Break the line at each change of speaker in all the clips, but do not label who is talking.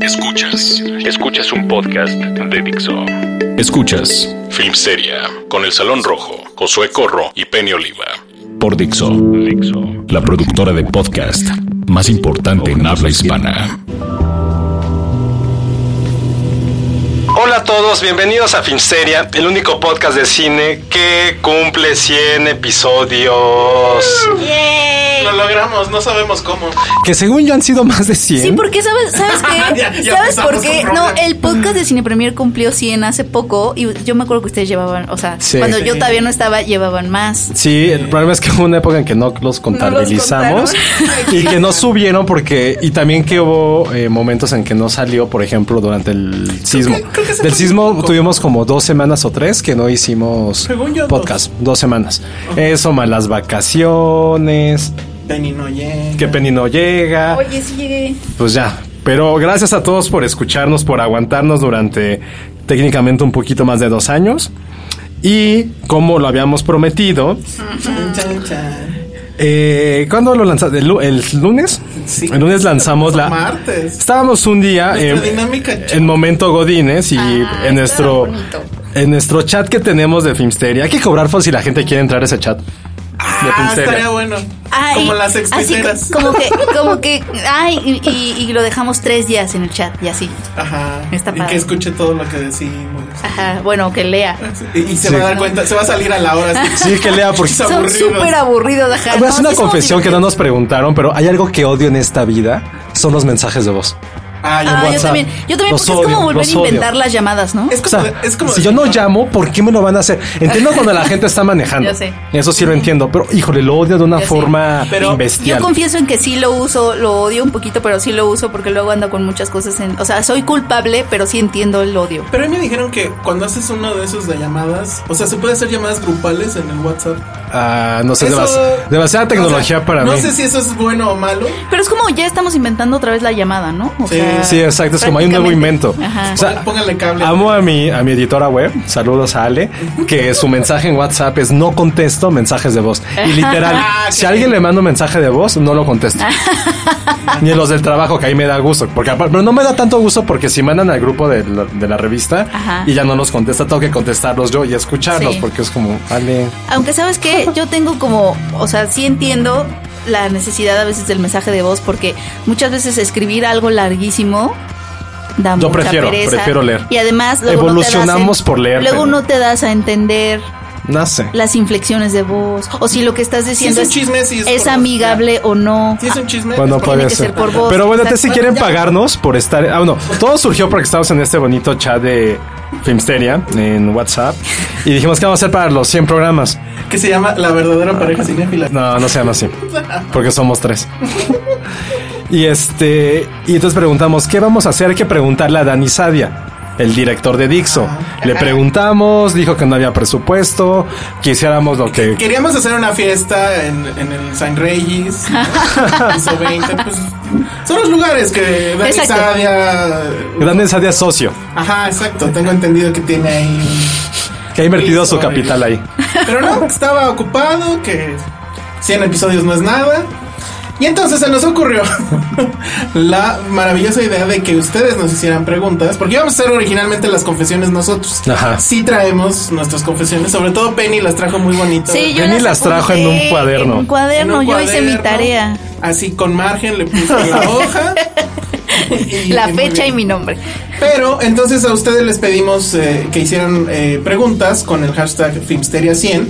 Escuchas, escuchas un podcast de Dixo. Escuchas Filmsteria con El Salón Rojo, Josué Corro y Penny Oliva. Por Dixo, la productora de podcast más importante en habla hispana.
Hola a todos, bienvenidos a Filmsteria, el único podcast de cine que cumple 100 episodios.
Yay.
Lo logramos, no sabemos cómo.
Que según yo han sido más de 100.
Sí, porque sabes, ¿sabes qué?
Ya- ya
¿Sabes por
empezamos
qué?
con
No,
problemas.
el podcast de Cine Premier cumplió 100 hace poco y yo me acuerdo que ustedes llevaban, o sea,
Sí.
cuando yo todavía no estaba, llevaban más.
Sí, el problema es que hubo una época en que no los contabilizamos
contaron.
y que no subieron porque y también que hubo eh, momentos en que no salió, por ejemplo, durante el sismo.
creo que se
Del
fue
sismo
poco.
tuvimos como dos semanas o tres que no hicimos
Según yo,
podcast, dos, semanas. Eso más las vacaciones,
Penny no llega.
que Penny no llega,
Oye, sí llegué.
pues ya. Pero gracias a todos por escucharnos, por aguantarnos durante técnicamente un poquito más de dos años. Y como lo habíamos prometido,
Chan, chan, chan.
Eh, ¿Cuándo lo lanzaste? ¿El, lu- el lunes?
Sí.
el lunes lanzamos la.
Martes.
Estábamos un día
Nuestra
eh,
dinámica chat.
en momento Godines y
Ah,
en
estaba
nuestro
bonito.
en nuestro chat que tenemos de Filmsteria. Hay que cobrar por si la gente quiere entrar a ese chat. de
Ah,
Filmsteria.
estaría bueno.
Ay,
Como las
así
expeteras.
co- como que, como que, ay, y, y- y lo dejamos tres días en el chat y así.
Ajá.
Está
y
padre.
que escuche todo lo que decimos.
Ajá, bueno, que lea.
Y, y se
Ah, Sí.
va a dar cuenta, se va a salir a la hora. así.
Sí, que lea porque.
Son
Son
aburridos.
súper aburridos, ajá.
Voy a hacer
No,
una
sí somos
confesión que no nos
divertidos.
preguntaron, pero hay algo que odio en esta vida: son los mensajes de voz.
Ay,
Ah, yo
WhatsApp.
también, yo también,
Los
porque es como
odio,
volver a
los odio.
inventar las llamadas, ¿no?
es
O
como,
sea,
es como
si yo no llamo, ¿por qué me lo van a hacer? Entiendo cuando la gente está manejando.
Yo sé.
Eso sí lo entiendo, pero híjole, lo odio de una
Yo sé.
forma
Pero yo
bestial.
Yo confieso en que sí lo uso, lo odio un poquito, pero sí lo uso porque luego ando con muchas cosas en... O sea, soy culpable, pero sí entiendo el odio.
Pero a mí me dijeron que cuando haces uno de esos de llamadas, o sea, se puede hacer llamadas grupales en el WhatsApp.
Ah, no sé,
Eso-
demasi- demasiada tecnología
o sea,
para
no
mí.
sé si eso es bueno o malo.
Pero es como ya estamos inventando otra vez la llamada, ¿no? O
Sí,
Sí, exacto, es como hay un nuevo
prácticamente.
invento.
Ajá.
O sea,
Póngale cable.
amo a mi, a mi editora web, saludos a Ale, que su mensaje en WhatsApp es no contesto mensajes de voz. Y literal,
Ah,
si
qué
a alguien le
bien.
manda un mensaje de voz, no lo contesto. Ni los del trabajo, que ahí me da gusto. Porque, apar- pero no me da tanto gusto porque si mandan al grupo de la, de la revista
Ajá.
y ya no los contesta, tengo que contestarlos yo y escucharlos
Sí.
porque es como, Ale.
Aunque sabes que yo tengo como, o sea, sí entiendo la necesidad a veces del mensaje de voz porque muchas veces escribir algo larguísimo da
Yo
mucha
prefiero,
pereza.
prefiero leer.
Y además luego no te
Evolucionamos
das en-
por leer,
Luego
pero-
no te das a entender
No sé.
las inflexiones de voz o si lo que estás diciendo
es un chisme, sí es por voz,
amigable o no.
Si es un chisme,
Bueno,
es por-
tiene
puede
que
ser.
ser por voz.
Pero bueno,
Exacto.
entonces si quieren pagarnos por estar. Ah, bueno, todo surgió porque estábamos en este bonito chat de Filmsteria en WhatsApp y dijimos que vamos a hacer para los 100 programas.
que se llama La
Ah.
verdadera pareja cinéfila.
No, no se llama así, porque somos tres. Y este, y entonces preguntamos, ¿qué vamos a hacer? Hay que preguntarle a Dani Sadia, el director de Dixo.
Ah,
Le preguntamos, dijo que no había presupuesto, quisiéramos lo
Eh,
que
Queríamos hacer una fiesta en, en el San Reyes, ¿no? piso 20, pues son los lugares que Dani
Exacto.
Sadia-
Dani Sadia es socio,
Ajá, exacto, tengo entendido que tiene ahí.
que ha invertido
Listo,
su capital ahí.
Pero no, que estaba ocupado, que 100 episodios no es nada. Y entonces se nos ocurrió la maravillosa idea de que ustedes nos hicieran preguntas, porque íbamos a hacer originalmente las confesiones nosotros.
Ajá.
Sí traemos nuestras confesiones, sobre todo Penny las trajo muy bonito.
Sí, yo
Penny las trajo en un
apunté
cuaderno.
En un cuaderno,
En un
yo hice mi
cuaderno,
tarea.
Así con margen le puse la hoja. y-
La
y muy
fecha y
bien.
mi nombre.
Pero entonces a ustedes les pedimos eh, que hicieran eh, preguntas con el hashtag Filmsteria100.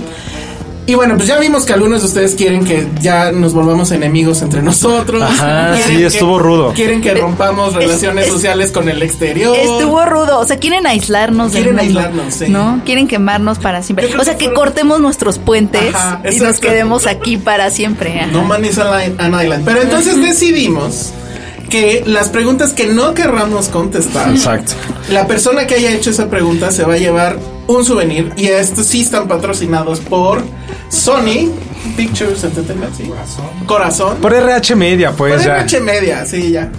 Y bueno, pues ya vimos que algunos de ustedes quieren que ya nos volvamos enemigos entre nosotros.
Ajá,
Quieren
sí,
que-
estuvo rudo.
Quieren que rompamos relaciones
es-
sociales con el exterior.
Estuvo rudo, o sea, quieren aislarnos del
Oh. Quieren
mundo,
aislarnos, sí.
¿no? Quieren quemarnos para
Yo
siempre.
creo
O sea, que
que fueron-
cortemos nuestros puentes
Ajá,
y nos
exacto.
quedemos aquí para siempre. ¿eh? ajá.
No man is an an island. Pero entonces decidimos que las preguntas que no querramos contestar.
Exacto.
La persona que haya hecho esa pregunta se va a llevar un souvenir y estos sí están patrocinados por Sony Pictures Entertainment, sí. Corazón.
Por RH Media, pues
Por
ya.
RH Media, sí, ya.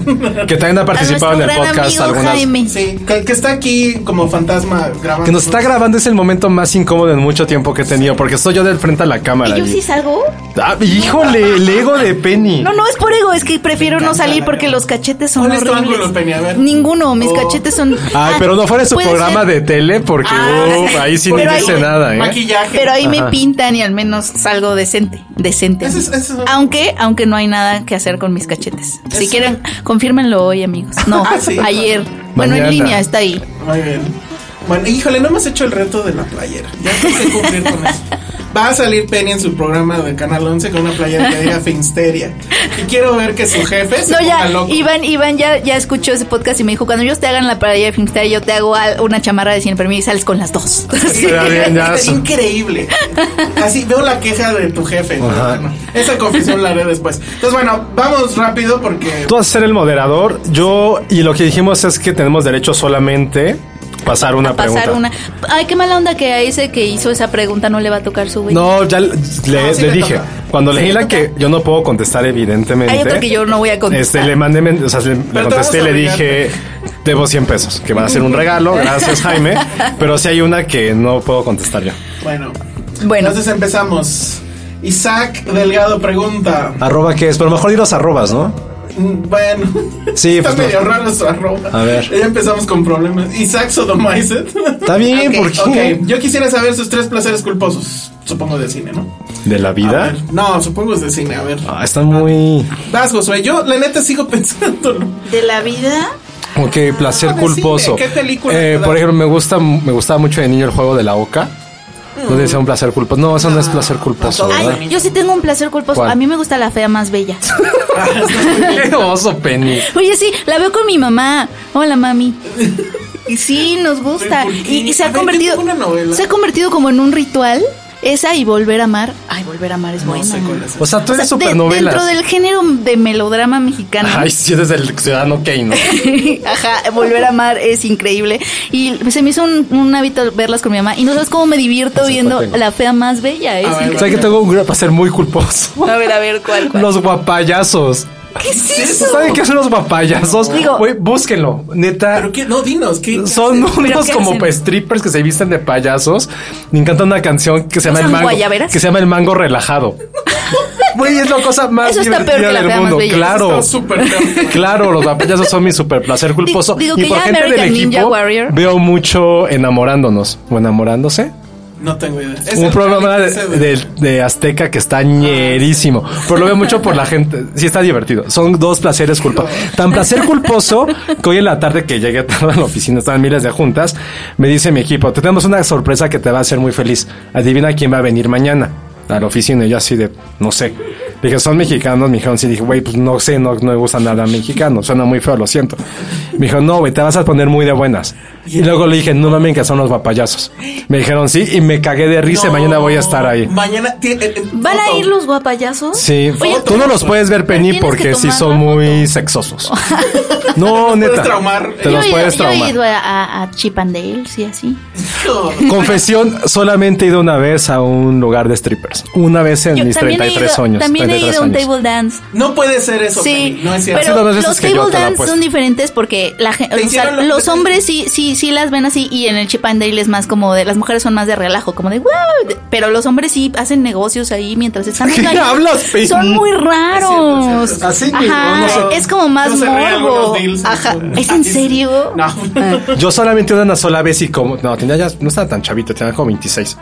Que también ha participado
A
en el
nuestro gran
podcast
amigo
algunas.
Jaime.
Sí, que, que está aquí como fantasma grabando.
Que nos está grabando es el momento más incómodo en mucho tiempo que he tenido, porque estoy yo del frente a la cámara.
¿Y yo
y-
sí salgo?
Ah, híjole, el ego de Penny.
No, no, es por ego, es que prefiero no salir porque los cachetes son
¿Cuál es tu
horribles.
ángulo, Penny? A ver.
Ninguno, mis
Oh.
cachetes son...
Ay,
Ah,
pero no fuera su
puede
programa
ser.
de tele, porque
Ah,
uf, ahí sí ni
pero ahí-
dice nada, ¿eh?
Maquillaje.
Pero ahí me
Ajá.
pintan y al menos salgo decente, decente.
Ese es- ese es-
Aunque, aunque no hay nada que hacer con mis cachetes. Si
Eso.
quieren, confírmenlo hoy, amigos. No,
Ah, sí.
ayer. Bueno,
Mañana.
en línea está ahí.
Muy bien. Bueno, híjole, no me has hecho el reto de la playera. Ya tengo que cumplir con eso. Va a salir Penny en su programa de Canal 11 con una playera que diga Finsteria. Y quiero ver que su jefe se
No,
ponga
ya,
loco.
Iván, Iván ya, ya escuchó ese podcast y me dijo, cuando ellos te hagan la playa de Filmstar, yo te hago al- una chamarra de cine permiso y sales con las dos. Sí.
Está bien, ya.
Es increíble. Así veo la queja de tu jefe. pero
Ajá.
bueno, esa confesión la haré después. Entonces, bueno, vamos rápido porque.
Tú vas a ser el moderador, yo, y lo que dijimos es que tenemos derecho solamente a pasar una
Pasar
pregunta.
una. Ay, qué mala onda que a ese que hizo esa pregunta no le va a tocar su güey.
No, ya
Ah,
le, le-
sí
le
le
dije.
toca.
Cuando leí la que yo no puedo contestar, evidentemente.
Hay otro que yo no voy a contestar.
¿eh? Este, le mandé, men- o sea, le, le
te
contesté y
vas
le
a obligar.
dije, debo 100 pesos, que va a ser un regalo, gracias Jaime, pero sí hay una que no puedo contestar yo.
Bueno.
Bueno.
Entonces empezamos. Isaac Delgado pregunta.
Arroba que es, pero mejor di los arrobas, ¿no?
Mm, Bueno,
Sí,
está
pues no.
medio raro su arroba.
A ver.
Ya empezamos con problemas. Isaac Sodomized.
Está bien,
Ok,
¿por qué?
ok, yo quisiera saber sus tres placeres culposos. Supongo de cine, ¿no?
¿De la
A
vida?
ver, No, supongo es de cine. A ver,
Ah, está muy...
vas, Josué. Yo, la neta, sigo pensándolo.
De la vida.
Ok, placer
decime,
culposo.
¿qué película
Eh,
te da?
por ejemplo, me gusta, me gustaba mucho de niño el juego de la oca. No dice un placer culposo. No, eso no
Ah,
es placer culposo, ¿verdad?
Ay, yo sí tengo un placer culposo.
¿Cuál?
A mí me gusta la fea más bella.
Qué oso, Penny.
Oye, sí, la veo con mi mamá. Hola, mami. Y sí, nos gusta.
¿Pero por qué?
Y, y se
A
ha
ver,
convertido.
yo tengo una novela.
Se ha convertido como en un ritual. Esa y volver a amar. Ay, volver a amar es buena.
No sé cuál es.
O sea, tú
O sea,
eres
de-
supernovela.
dentro del género de melodrama mexicano.
Ay, sí, eres el ciudadano Kane, ¿no?
Ajá, volver a amar es increíble. Y se me hizo un, un hábito verlas con mi mamá. Y no sabes cómo me divierto
Sí,
viendo
tengo.
la fea más bella. Es
A ver,
increíble.
¿Sabes que tengo un gran placer muy culposo?
A ver, a ver, ¿cuál? cuál?
Los guapayazos.
¿Qué es eso?
¿Saben qué son los guapayazos?
Digo-
Güey, búsquenlo. Neta,
Pero qué, no, dinos, ¿qué? qué
son
haces?
¿Pero
unos
qué
como
hacen?
pues, strippers que se visten de payasos. Me encanta una canción que se
¿No
llama El
son
Mango.
guayaberas?
Que se llama El Mango Relajado. Güey, es la cosa más
Eso está peor
divertida
que la
del
fea más
mundo.
bella.
Claro.
Está súper feo.
Claro, los guapayazos son mi super placer culposo.
Digo- digo
y
que
por
ya
gente del
American Ninja
equipo
Warrior.
veo mucho enamorándonos o enamorándose.
No tengo idea. Es
un
el
programa de,
chavito ese
de- de Azteca que está ñerísimo. Pero lo veo mucho por la gente. Sí, está divertido. Son dos placeres culposos. Tan placer culposo que hoy en la tarde que llegué tarde a la oficina, estaban miles de juntas, me dice mi equipo, te tenemos una sorpresa que te va a hacer muy feliz. Adivina quién va a venir mañana a la oficina. Y yo así de, no sé. Dije, son mexicanos. Me dijeron, sí. Dije, güey, pues no sé, no, no me gusta nada mexicano. Suena muy feo, lo siento. Me dijo, no, güey, te vas a poner muy de buenas. Y luego le dije, no mames, que son los papayazos. Me dijeron, sí, y me cagué de risa. y Mañana voy a estar ahí.
Mañana. ti- eh, eh,
¿Van a
foto.
ir los guapayazos?
Sí,
Oye,
tú no los puedes ver, Penny,
tienes que
porque sí
tomar
son
la
muy sexosos. No, neta.
puedes traumar.
Te
yo,
los
he ido-
puedes
yo he ido
traumar.
a, a, a Chip and Dale, sí, así.
Hijo.
Confesión, solamente he ido una vez a un lugar de strippers. Una vez en
Yo
mis
también he
33
ido-
años.
también también he ido a un
años.
table dance.
No puede ser eso.
Sí,
Penny, no es cierto.
Sí,
pero
las veces
los
que yo
table
te la
dance
apuesto.
son diferentes porque la gen-
Te
o sea,
hicieron lo-
los hombres sí, sí, sí las ven así y en el Chip and Dale es más como de las mujeres son más de relajo, como de wow, pero los hombres sí hacen negocios ahí mientras están
¿Qué
bailando.
hablas, Penny?
Son muy
Es cierto, es
raros.
cierto.
Así que
Ajá,
no, no.
es como más
No se vean algunos
morbo.
deals,
Ajá,
no.
¿es en serio?
No.
Yo solamente una sola vez y como... No, tenía ya... No estaba tan chavito, tenía como 26.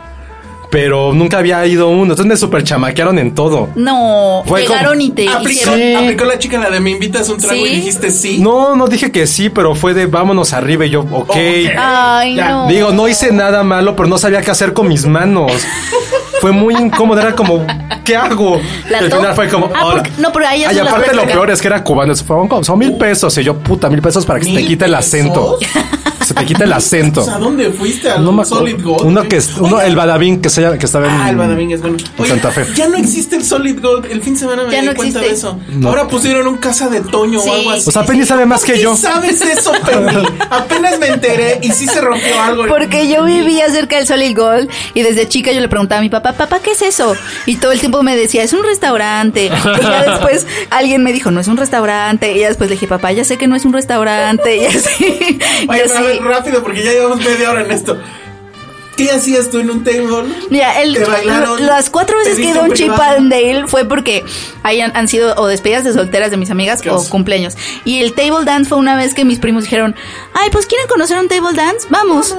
Pero nunca había ido uno. Entonces me super chamaquearon en todo.
No,
Fue
llegaron
como-
y te
aplicó,
hicieron.
aplicó la chica la de me invitas un trago
¿Sí?
y dijiste sí.
No, no dije que sí, pero fue de vámonos arriba y yo, ok.
Ay,
Ya,
no.
Digo, no hice nada malo, pero no sabía qué hacer con mis manos. fue muy incómodo, era como, ¿qué hago?
La
Y al
to-
final fue como,
Ah,
ahora.
porque- no, pero ahí ya
Ay,
se las
aparte
puedes
lo
sacar.
peor es que era cubano, se fueron como, son mil pesos. Y yo, puta, mil pesos para que se te
¿Mil
quite el acento. Se te quita el acento.
Pues, ¿A dónde fuiste? ¿Al
No me acuerdo.
Solid Gold?
Uno que es- uno,
Oye,
el Badabín que, se, llama- que estaba en.
Ah, el Badabing es bueno. Oye,
Santa Fe.
Ya no existe el Solid Gold. El fin de semana me
Ya
di
no
cuenta
existe.
de eso. Ahora pusieron un casa de Toño
Sí.
o algo así.
O sea, Penny sabe más que
¿Qué
yo.
sabes eso, Penny? Apenas me enteré y sí se rompió algo.
Porque yo vivía cerca del Solid Gold y desde chica yo le preguntaba a mi papá, papá, ¿qué es eso? Y todo el tiempo me decía, es un restaurante. Y ya después alguien me dijo, no es un restaurante. Y ya después le dije, papá, ya sé que no es un restaurante. Y así. Y
Oye, pero a
así.
ver, rápido, porque ya llevamos media hora en esto. ¿Qué hacías tú en un table?
Mira, el-
Te bailaron.
las cuatro veces que
Pediste
he ido a un
un
Chip
privado.
and Dale fue porque hayan, han sido o despedidas de solteras de mis amigas
Qué
o
oso.
cumpleaños. Y el table dance fue una vez que mis primos dijeron, ay, pues quieren conocer un table dance, vamos.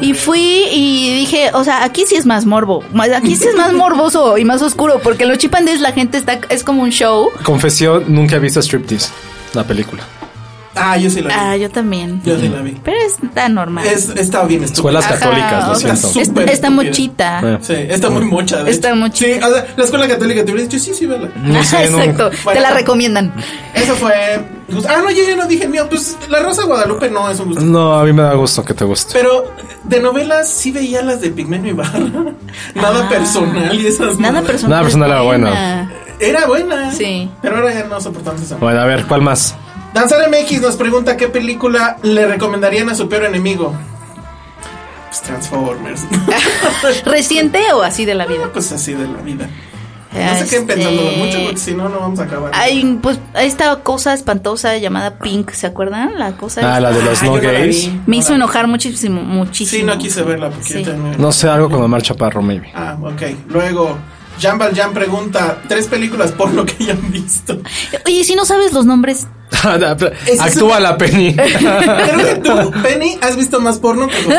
Y fui y dije, o sea, aquí sí es más morbo, más- aquí sí es más morboso y más oscuro, porque en los Chip and Dales la gente está, es como un show.
Confesión, nunca he visto striptease, la película.
Ah, yo sí la vi.
Ah, yo también.
yo sí la vi.
Pero está normal.
Es, estaba bien estúpido.
Escuelas
Ajá,
católicas, lo
o sea,
siento.
es-
Súper
está
estúpida.
mochita.
Eh.
Sí, está muy mocha. de
Está
hecho.
mocha.
Sí, o sea, la escuela católica te hubiera dicho, sí, sí, vela.
No sé, no-
Exacto, te
Bueno.
la recomiendan.
Eso fue. gusto. Ah, no, yo ya no dije mío. Pues la Rosa de Guadalupe no es un gusto.
No, a mí me da gusto que te guste.
Pero de novelas sí veía las de Pigmeno y Barra. Nada
Ah.
personal y esas.
Nada
mamadas.
personal.
Nada personal era buena.
Era buena.
Sí.
Pero ahora ya no soportamos eso.
Bueno, a ver, ¿cuál más?
Danzar MX nos pregunta qué película le recomendarían a su peor enemigo. Pues Transformers.
¿Reciente o así de la vida?
pues así de la vida. No se
Este,
queden pensándolo mucho porque si no, no vamos a acabar.
Hay, pues, esta cosa espantosa llamada Pink, ¿se acuerdan? La cosa.
Ah,
esta.
la de los
Ah,
no
yo no la
gays.
vi.
Me hizo enojar muchísimo, muchísimo.
Sí, no quise verla porque
Sí.
yo también.
No sé, algo con Omar Chaparro, maybe.
Ah, ok. Luego, Jean Valjean pregunta: tres películas por lo que hayan visto.
Oye, si no sabes los nombres.
es
Actúa la Penny.
Creo que tú, Penny, has visto más porno que José.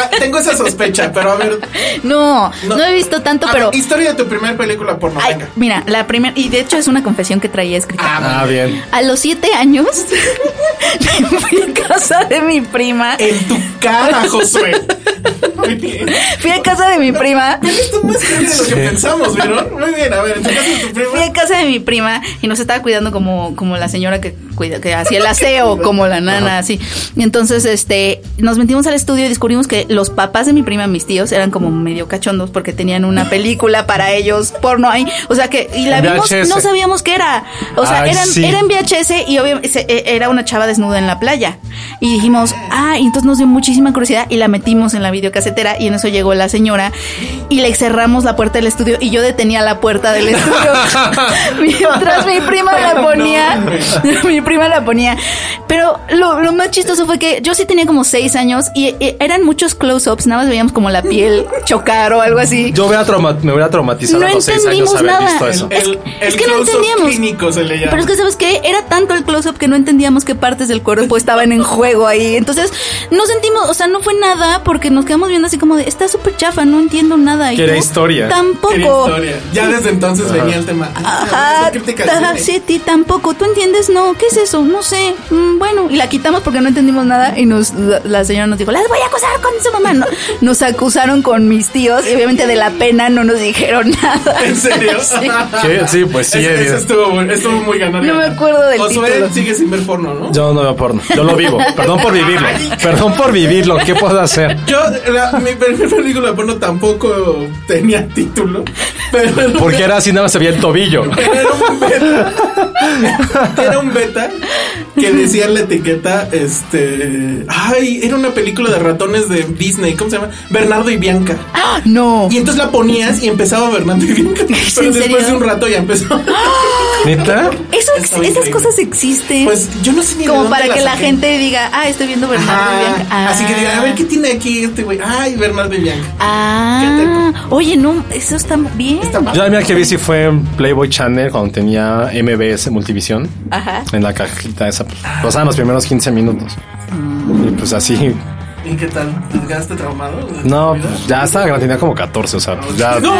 Ah, Tengo esa sospecha, pero a ver.
No, no, he visto tanto,
A ver,
pero.
Historia de tu primer película porno,
Ay,
Ah, venga.
mira, la primera. Y de hecho es una confesión que traía escrita.
ah, bien.
A los siete años, me fui a casa de mi prima.
En tu cara, Josué. Muy bien.
Fui a casa de mi prima.
Esto es más serio de lo que pensamos, ¿vieron? Muy bien, a ver, en tu caso de tu
Fui a
prima.
casa de mi prima y nos estaba cuidando como, como la señora que cuida, que hacía el aseo, como la nana, así. Y entonces, este, nos metimos al estudio y descubrimos que los papás de mi prima, mis tíos, eran como medio cachondos porque tenían una película para ellos, porno ahí. O sea que, y la
En
vimos,
VHS.
no sabíamos qué era. O sea,
Ay,
eran,
sí.
era en VHS y obviamente se- eh, era una chava desnuda en la playa. Y dijimos, ah, y entonces nos dio muchísima curiosidad y la metimos en la videocasetera y en eso llegó la señora y le cerramos la puerta del estudio y yo detenía la puerta del estudio mientras mi prima la ponía. mi prima la ponía. Pero lo, lo más chistoso fue que yo sí tenía como seis años y, eh, eran muchos close-ups, nada más veíamos como la piel chocar o algo así.
Yo hubiera trauma- me hubiera traumatizado
No
a los seis años
entendimos
haber
nada.
visto eso.
Es-
El, el
es que no
close-up
entendíamos.
clínico se le llama.
Pero es que, ¿sabes qué? Era tanto el close-up que no entendíamos qué partes del cuerpo estaban en juego ahí. Entonces, no sentimos, o sea, no fue nada porque nos quedamos viendo así como de, está súper chafa, no entiendo nada. Y
Que era
yo
historia.
Qué
Tampoco.
historia. Ya desde entonces venía el tema. Ah,
Ajá,
Esas críticas
ajá,
vienen.
sí, ti tampoco. ¿Tú entiendes? No, ¿qué es eso? No sé. Mm, bueno, y la quitamos porque no entendimos nada y nos la, la señora nos dijo, las voy a acusar con su mamá. No, nos acusaron con mis tíos y obviamente de la pena no nos dijeron nada.
¿En serio?
Sí.
¿Qué? Sí, pues sí,
Ese- ese
evidente.
estuvo, muy- estuvo muy ganador.
No me acuerdo del
Josué
título.
sigue sin ver porno, ¿no?
Yo no veo porno. Yo lo vivo. Perdón por vivirlo. Perdón por vivirlo. ¿Qué puedo hacer?
Yo, la- mi primer película porno tampoco tenía título, pero
Porque era así, nada más se veía el tobillo.
era un beta. Era un beta que decía en la etiqueta, este, ay, era una película de ratones de Disney, ¿cómo se llama? Bernardo y Bianca.
¡Ah, no!
Y entonces la ponías y empezaba Bernardo y Bianca. Pero
¿En
después
serio?
de un rato ya empezó.
¿Neta?
Eso ex- esas
Estaba increíble.
cosas existen.
Pues yo no sé ni de
como
dónde
para
la
que la
saqué.
gente diga, ah, estoy viendo Bernardo
Ajá.
y Bianca. Ah.
Así que diga, a ver qué tiene aquí este güey. Ay, Bernardo y Bianca.
Ah, oye, no, eso está bien.
Está mal.
Yo la mía que vi sí fue en Playboy Channel cuando tenía MBS Multivisión.
Ajá.
En la cajita esa. pues, Pasaban los primeros 15 minutos. Y pues así.
¿Y qué tal? ¿Te quedaste traumado?
No, pues, ya estaba grande, tenía como 14, o sea, pues ya.
No,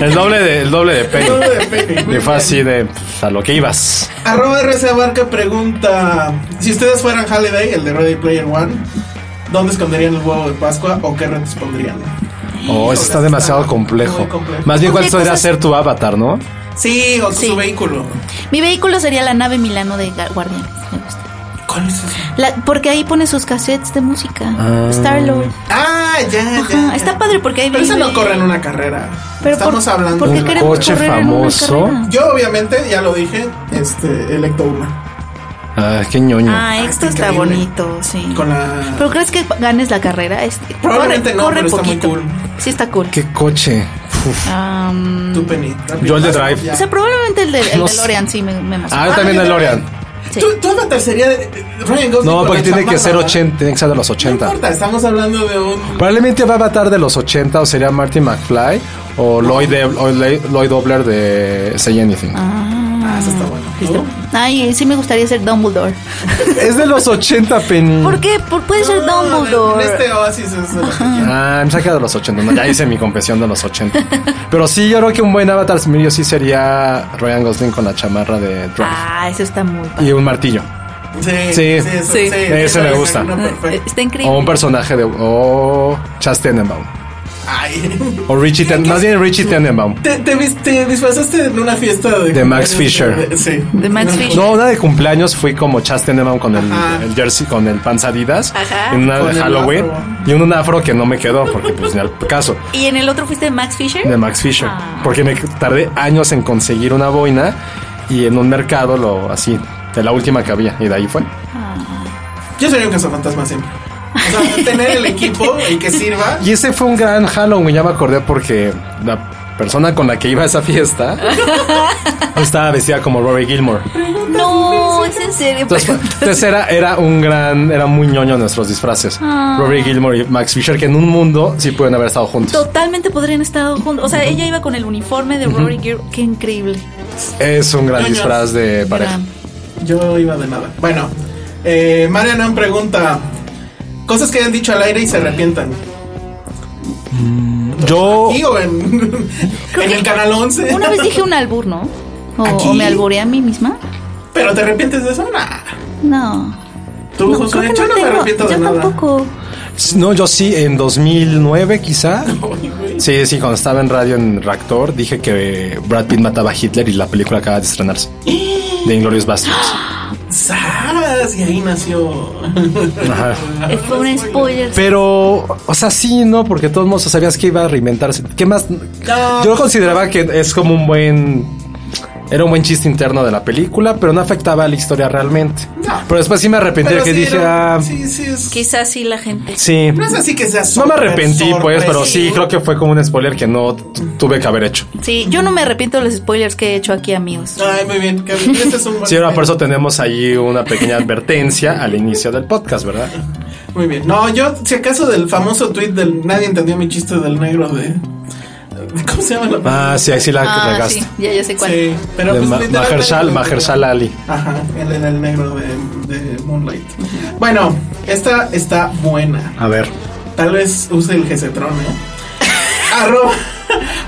El doble de, el doble de pelo.
Doble de pelo.
Y fue así de pues, a lo que ibas.
Arroba RC Abarca pregunta: Si ustedes fueran Halliday, el de Ready Player One, ¿dónde esconderían el huevo de Pascua o qué retos pondrían?
Oh, eso está
está
demasiado
muy
complejo.
complejo.
Más bien, ¿cuál
Porque
podría
cosas-
ser tu avatar, no?
Sí, o
Sí.
su vehículo.
Mi vehículo sería la nave Milano de Ga- Guardianes. Me gusta.
¿Cuál es eso?
La- porque ahí pone sus cassettes de música. Star Lord.
Ah, ya, ya.
Está padre porque ahí
Pero
vive-
eso no corre en una carrera.
Pero por-
Estamos hablando.
¿Por qué
Un
queremos
coche
correr en una
famoso.
carrera?
Yo, obviamente, ya lo dije, este, Electo 1.
Ah, qué ñoño.
Ah, esto
está
está
increíble.
bonito, sí.
Con la.
¿Pero crees que ganes la carrera? Este,
Probablemente no, pero está muy cool.
Sí, está cool.
Qué coche. Uf.
Am,
Tu penny. rápido,
Yo el de
paso,
Drive.
ya.
o sea, probablemente el de, el
No
de
sé.
Lorian sí me, me emociona.
Ah, yo también
Ah,
el
yo
Lorian.
Sí.
Tú, tú la tercería de Ryan Gosling.
No,
con
porque
la
tiene que
chamarra,
ser
¿verdad?
80, tiene que ser de los
No
80.
importa, estamos hablando de
Mm.
un.
Probablemente va a avatar de los 80 o sería Martin McFly o Lloyd, Deb- o Le- Lloyd Dobler de Say Anything.
Ah, eso está bueno. ¿No?
Ay, sí me gustaría ser Dumbledore.
Es de los 80, Penny.
¿Por qué? Por- puede ser
No, en-
Dumbledore.
En este oasis es de lo que quiero.
Ah, me saca de los 80. no, ya hice mi confesión de los 80. Pero sí, yo creo que un buen avatar mío sí sería Ryan Gosling con la chamarra de Drive
Ah, eso está muy padre.
y un martillo.
Sí,
Sí.
eso-
Sí. Mm,
Ese me
es
gusta.
uno perfecto.
Está
O un
increíble.
personaje de. O Chas Tenenbaum.
Ay.
O Richie Ten, Más bien Richie Tenenbaum.
¿Te, te, vis- te disfrazaste en una fiesta de.
De Max Fisher.
de- sí.
De Max Fisher.
No, una de cumpleaños fui como Chas Tenenbaum con el,
Ajá.
el jersey, con el panza Adidas.
Ajá.
En una
Con
de
el
Halloween.
afro.
Y un, un afro que no me quedó, porque pues ni al caso.
¿Y en el otro fuiste de Max Fisher?
De Max Fisher.
Ah.
Porque me tardé años en conseguir una boina y en un mercado lo así. De la última que había. Y de ahí fue.
Yo sería un cazafantasma siempre. O sea, tener el equipo, el que sirva.
Y ese fue un gran Halloween, ya me acordé porque la persona con la que iba a esa fiesta estaba vestida como Rory Gilmore.
No, es en serio. Pues,
Entonces, fue- entonces era, era un gran, era muy ñoño nuestros disfraces. Rory Gilmore y Max Fisher, que en un mundo sí pueden haber estado juntos.
Totalmente podrían estar juntos. O sea, ella iba con el uniforme de Rory Girl. Qué increíble.
Es un gran disfraz de pareja.
Gran.
Yo iba de nada. Bueno, eh, Marianón pregunta: Cosas que hayan dicho al aire y se arrepientan.
Yo,
¿Aquí o en,
Creo
en
que
el canal 11?
Oh. Una vez dije un albur, ¿no? O,
¿Aquí?
o me alburé a mí misma.
¿Pero te arrepientes de eso? Nah.
No.
Tú,
No,
Josué,
creo que
yo no,
tengo-
me arrepiento de
yo
nada.
tampoco.
no, yo sí, en 2009 quizá. Sí, sí, cuando estaba en radio en Reactor, dije que Brad Pitt mataba a Hitler y la película acaba de estrenarse. De Inglorious Bastards.
¡Sas! Y ahí nació.
Ajá.
Eh, Fue un spoiler.
Pero, o sea, sí, no, porque de todos modos sabías que iba a reinventarse. ¿Qué más? Yo consideraba que es como un buen. Era un buen chiste interno de la película, pero no afectaba a la historia realmente.
No.
Pero después sí me arrepentí de
Pero
que
sí,
dije,
era-
ah, sí.
Sí, sí, es.
Quizás sí la gente.
No es así que sea
No me
súper
arrepentí, pues, pero sí,
sorpresivo.
creo que fue como un spoiler que no t- tuve que haber hecho.
Sí, yo no me arrepiento de los spoilers que he hecho aquí, amigos.
Ay, muy bien. que este es un buen
Sí, ahora por eso tenemos ahí una pequeña advertencia al inicio del podcast, ¿verdad?
Muy bien. No, yo, si acaso del famoso tweet del nadie entendió mi chiste del negro de. ¿Cómo se llama la
Ah, sí, ahí sí la
Ah,
regaste.
sí, ya, ya sé cuál.
Sí, pero
De
pues,
Ma-
literalmente-
Mahershala- Mahershala Ali.
Ajá, él era el negro de, de Moonlight. Bueno, esta está buena.
A ver.
Tal vez use el Gesetron, ¿eh? arroba,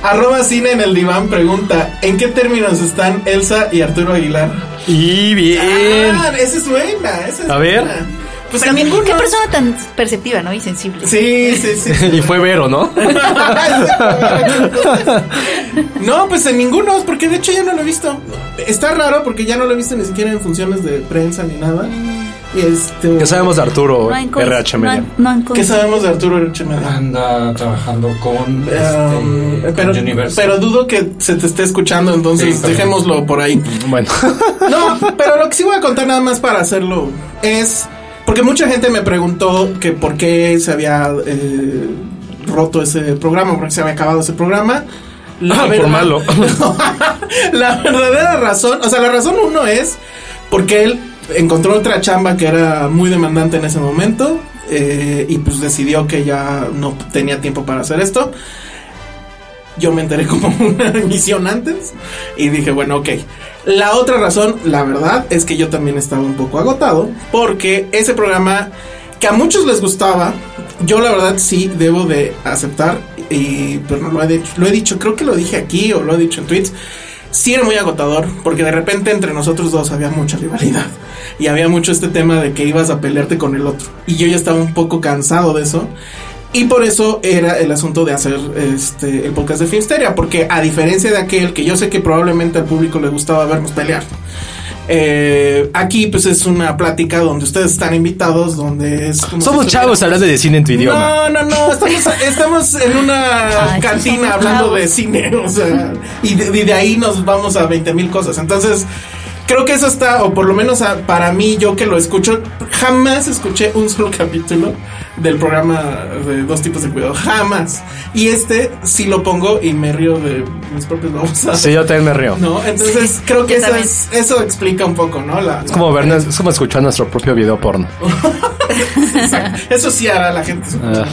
arroba cine en el diván pregunta: ¿En qué términos están Elsa y Arturo Aguilar?
Y bien.
Ah, esa es buena. Esa es
A ver.
buena. Pues a
Pero qué,
ninguno.
qué persona tan perceptiva, ¿no? Y sensible.
Sí, sí, sí.
Y fue Vero, ¿no?
No, pues en ninguno, porque de hecho ya no lo he visto. Está raro porque ya no lo he visto ni siquiera en funciones de prensa ni nada. Este,
¿Qué sabemos de Arturo
No han con-
RH
no han-
Media?
no han con-
¿Qué sabemos de Arturo Rocha Medina?
Anda trabajando con,
Um,
Ah, este,
pero,
con Universal.
pero dudo que se te esté escuchando, entonces
Sí, pero-
dejémoslo por ahí.
Bueno,
No, pero lo que sí voy a contar nada más para hacerlo es. Porque mucha gente me preguntó que por qué se había eh, roto ese programa, por qué se había acabado ese programa. La
Ah,
Por malo.
la verdadera razón, o sea, la razón uno es porque él encontró otra chamba que era muy demandante en ese momento eh, y pues decidió que ya no tenía tiempo para hacer esto. Yo me enteré como una misión antes y dije, bueno, ok. La otra razón, la verdad, es que yo también estaba un poco agotado porque ese programa que a muchos les gustaba, yo la verdad sí debo de aceptar, y, pero no lo he, dicho, lo he dicho, creo que lo dije aquí o lo he dicho en tweets, sí era muy agotador porque de repente entre nosotros dos había mucha rivalidad y había mucho este tema de que ibas a pelearte con el otro y yo ya estaba un poco cansado de eso. Y por eso era el asunto de hacer este, el podcast de Filmsteria, porque a diferencia de aquel que yo sé que probablemente al público le gustaba vernos pelear, eh, aquí pues es una plática donde ustedes están invitados, donde es... como
somos
si
chavos hablando de cine en tu idioma.
no, no, no, estamos, estamos en una
Ay, sí,
cantina
somos
hablando
chavos.
de cine, o sea, y de, y de ahí nos vamos a 20 mil cosas. Entonces, creo que eso está, o por lo menos a- para mí, yo que lo escucho, jamás escuché un solo capítulo del programa de dos tipos de cuidado, jamás. Y este sí lo pongo y me río de mis propios babosas.
Sí, yo también me río.
¿No? Entonces, creo que
yo
eso,
también.
es- eso explica un poco, ¿no? La,
Es como vernos, es como escuchar nuestro propio video porno.
Eso sí hará la gente.
Ah.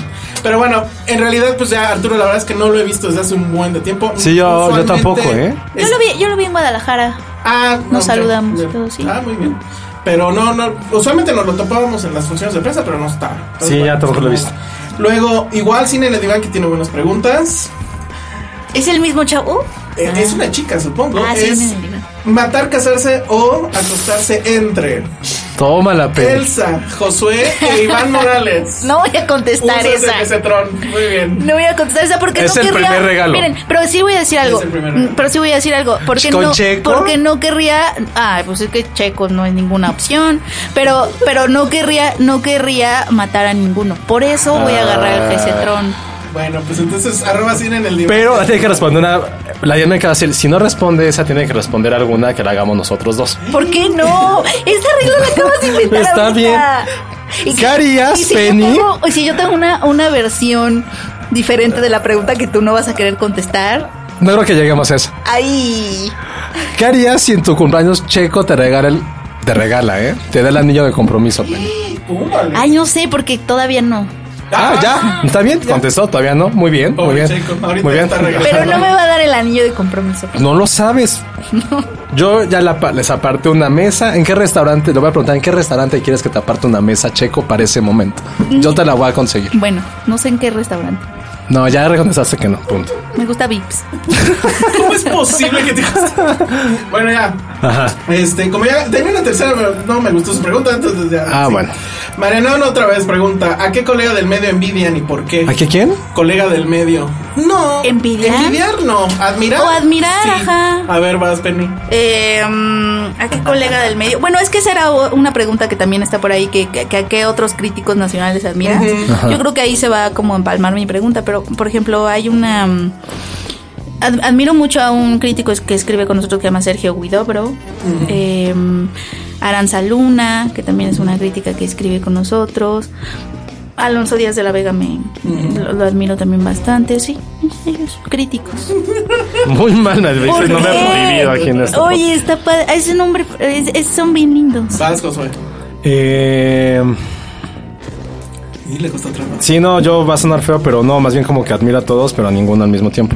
Pero bueno, en realidad, pues ya Arturo, la verdad es que no lo he visto desde hace un buen de tiempo.
Sí, yo- yo
Usualmente
tampoco, ¿eh?
Yo
es-
lo vi, yo lo vi en Guadalajara.
Ah, no,
Nos
ya,
saludamos,
ya.
pero sí.
Ah, muy bien. Pero no, no, usualmente nos lo topábamos en las funciones de prensa, pero no está. Entonces,
Sí, ya tampoco lo he visto.
Luego, igual Cine le digan que tiene buenas preguntas.
¿Es el mismo chavo?
Eh,
Ah.
Es una chica, supongo.
Ah, sí,
es
Cine Divan.
matar, casarse o acostarse entre
Toma la pena.
Elsa, Josué e Iván Morales.
No voy a contestar
Úsese
esa.
ese tron. Muy bien.
No voy a contestar esa porque
Es
no
el
querría.
primer regalo.
Miren, pero sí voy a decir algo.
Es el primer regalo.
Mm, Pero sí voy a decir algo. Porque
¿Con
no,
Checo?
porque no querría. Ah, pues es que Checo no es ninguna opción. Pero, pero no querría, no querría matar a ninguno. Por eso voy a agarrar el Gesetron.
Bueno, pues entonces arroba cine en el libro.
Pero la tiene que responder una. La Diana que va a decir, si no responde esa, tiene que responder alguna que la hagamos nosotros dos.
¿Por qué no? Esa regla la acabas de inventar.
Está
ahorita.
bien.
¿Y
¿Qué harías,
y si yo
Penny?
tengo- y si yo tengo una, una versión diferente de la pregunta que tú no vas a querer contestar.
No creo que lleguemos a eso.
Ahí.
¿Qué harías si en tu cumpleaños Checo te regala el. Te regala, ¿eh? Te da el anillo de compromiso. Penny.
Púmbale.
Ay, no sé, porque todavía no.
Ah, ya. ¿Está bien? Contestó, todavía no. Muy bien, muy
Pobre
bien.
Checo, ahorita
Muy bien.
está regalado.
Pero no me va a dar el anillo de compromiso.
No lo sabes. Yo ya la pa- les aparté una mesa. ¿En qué restaurante? Le voy a preguntar, ¿en qué restaurante quieres que te aparte una mesa, Checo, para ese momento? Yo te la voy a conseguir.
Bueno, no sé en qué restaurante.
No, ya recontestaste que no. Punto.
Me gusta Vips.
¿Cómo es posible que te Bueno, ya. Este, como ya tenía una tercera, pero no me gustó su pregunta, entonces ya.
Ah, bueno.
Marianón otra vez pregunta: ¿A qué colega del medio envidian y por qué?
¿A qué quién?
Colega del medio. No.
¿Envidiar?
Envidiar no. Admirar.
O admirar, ajá.
A ver, vas, Penny.
Eh, mm, ¿A qué colega del medio? Bueno, es que esa era o- una pregunta que también está por ahí, que, que- que a qué otros críticos nacionales admiras. Yo creo que ahí se va como a empalmar mi pregunta, pero por ejemplo, hay una... mm, ad- admiro mucho a un crítico es- que escribe con nosotros que se llama Sergio Guidobro, eh, Aranza Luna, que también es una crítica que escribe con nosotros. Alonso Díaz de la Vega me lo, lo admiro también bastante, sí, ellos críticos.
Muy mal, me
¿Por
dice, no me
qué?
he prohibido aquí en este esta.
Oye, está padre. Ese nombre es, es- son bien lindos.
Vas, Josué.
Eh,
Y le costó otra más.
sí, no, yo va a sonar feo, pero no, más bien como que admira a todos, pero a ninguno al mismo tiempo.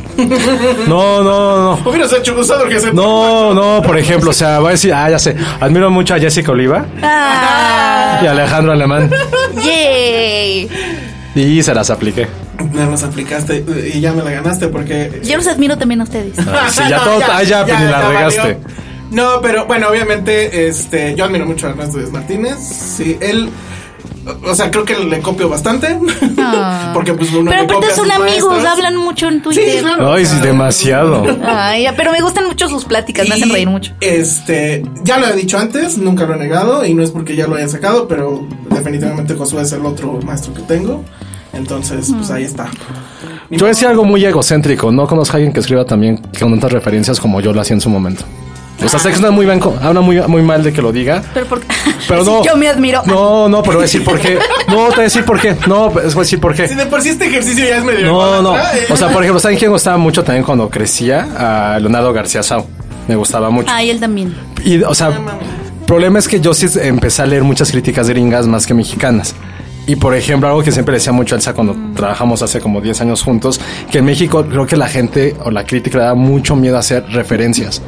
No, no, no.
Hubieras hecho usado que se.
No, no, por ejemplo, o sea, voy a decir, ah, ya sé, admiro mucho a Jessica Oliva
Ah,
y a Alejandro Alemán.
yay.
Y se las apliqué.
Nada más aplicaste eh, y ya me la ganaste porque
Yo los admiro también a ustedes.
Ah, sí, ya todo- ah, ya, Penny, la
valió.
regaste.
No, pero bueno, obviamente, este, yo admiro mucho a Ernesto Díaz Martínez. Sí, él O sea, creo que le copio bastante.
Ah.
porque pues uno
Pero
le
aparte
copia a
son
sus
amigos,
maestros.
hablan mucho en Twitter.
Sí, claro.
Ay, sí, demasiado.
Ay, pero me gustan mucho sus pláticas, me hacen
Y,
reír mucho.
Este, ya lo he dicho antes, nunca lo he negado y no es porque ya lo haya sacado, pero definitivamente Josué es el otro maestro que tengo. Entonces, pues
Mm.
ahí está.
Yo voy a decir algo muy egocéntrico. No conozco a alguien que escriba también con tantas referencias como yo lo hacía en su momento. O sea, sé que suena muy, bien, habla muy, muy mal de que lo diga.
Pero porque
Pero no.
yo me admiro.
No, no, pero voy a decir por qué. No, te voy a decir por qué. No, pues voy a decir por qué.
Si de por sí este ejercicio ya es medio.
No, no.
Ah, eh.
O sea, por ejemplo, ¿saben quién me gustaba mucho también cuando crecía? A Leonardo García Sao. Me gustaba mucho.
Ay, él también.
Y, o sea, el problema es que yo sí empecé a leer muchas críticas gringas más que mexicanas. Y por ejemplo, algo que siempre le decía mucho a Elsa cuando trabajamos hace como 10 años juntos, que en México creo que la gente o la crítica le da mucho miedo a hacer referencias.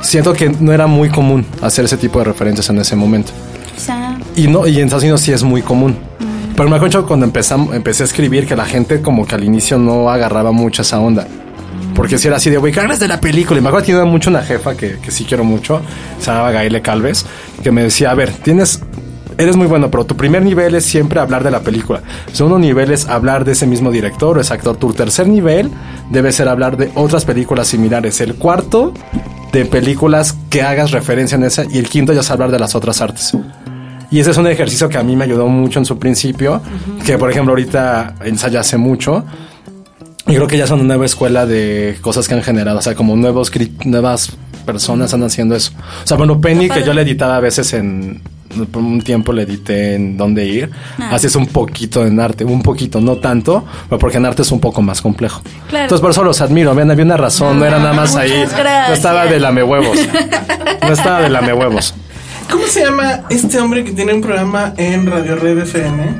Siento que no era muy común hacer ese tipo de referencias en ese momento.
Quizá.
Y no, y en Estados Unidos sí es muy común. Pero me acuerdo cuando empezam- empecé a escribir que la gente como que al inicio no agarraba mucho esa onda. Porque si era así de, güey, ¿qué hablas de la película? Y me acuerdo que tenía mucho una jefa que, que sí quiero mucho, se llamaba Gaile Calves, que me decía, a ver, tienes... Eres muy bueno, pero tu primer nivel es siempre hablar de la película. Segundo nivel es hablar de ese mismo director o ese actor. Tu tercer nivel debe ser hablar de otras películas similares. El cuarto, de películas que hagas referencia en esa. Y el quinto ya es hablar de las otras artes. Y ese es un ejercicio que a mí me ayudó mucho en su principio, que por ejemplo ahorita ensaya hace mucho. Y creo que ya son una nueva escuela de cosas que han generado, o sea, como nuevos cri- nuevas personas están haciendo eso. O sea, bueno, Penny, que yo le editaba a veces en... Por un tiempo le edité en dónde ir.
Ah.
Haces un poquito en arte, un poquito, no tanto, pero porque en arte es un poco más complejo.
Claro.
Entonces, por eso los admiro. Vean, había una razón, no era nada más ahí.
muchas gracias.
No estaba de lamehuevos. No estaba de lamehuevos.
¿Cómo se llama este hombre que tiene un programa en Radio Red FM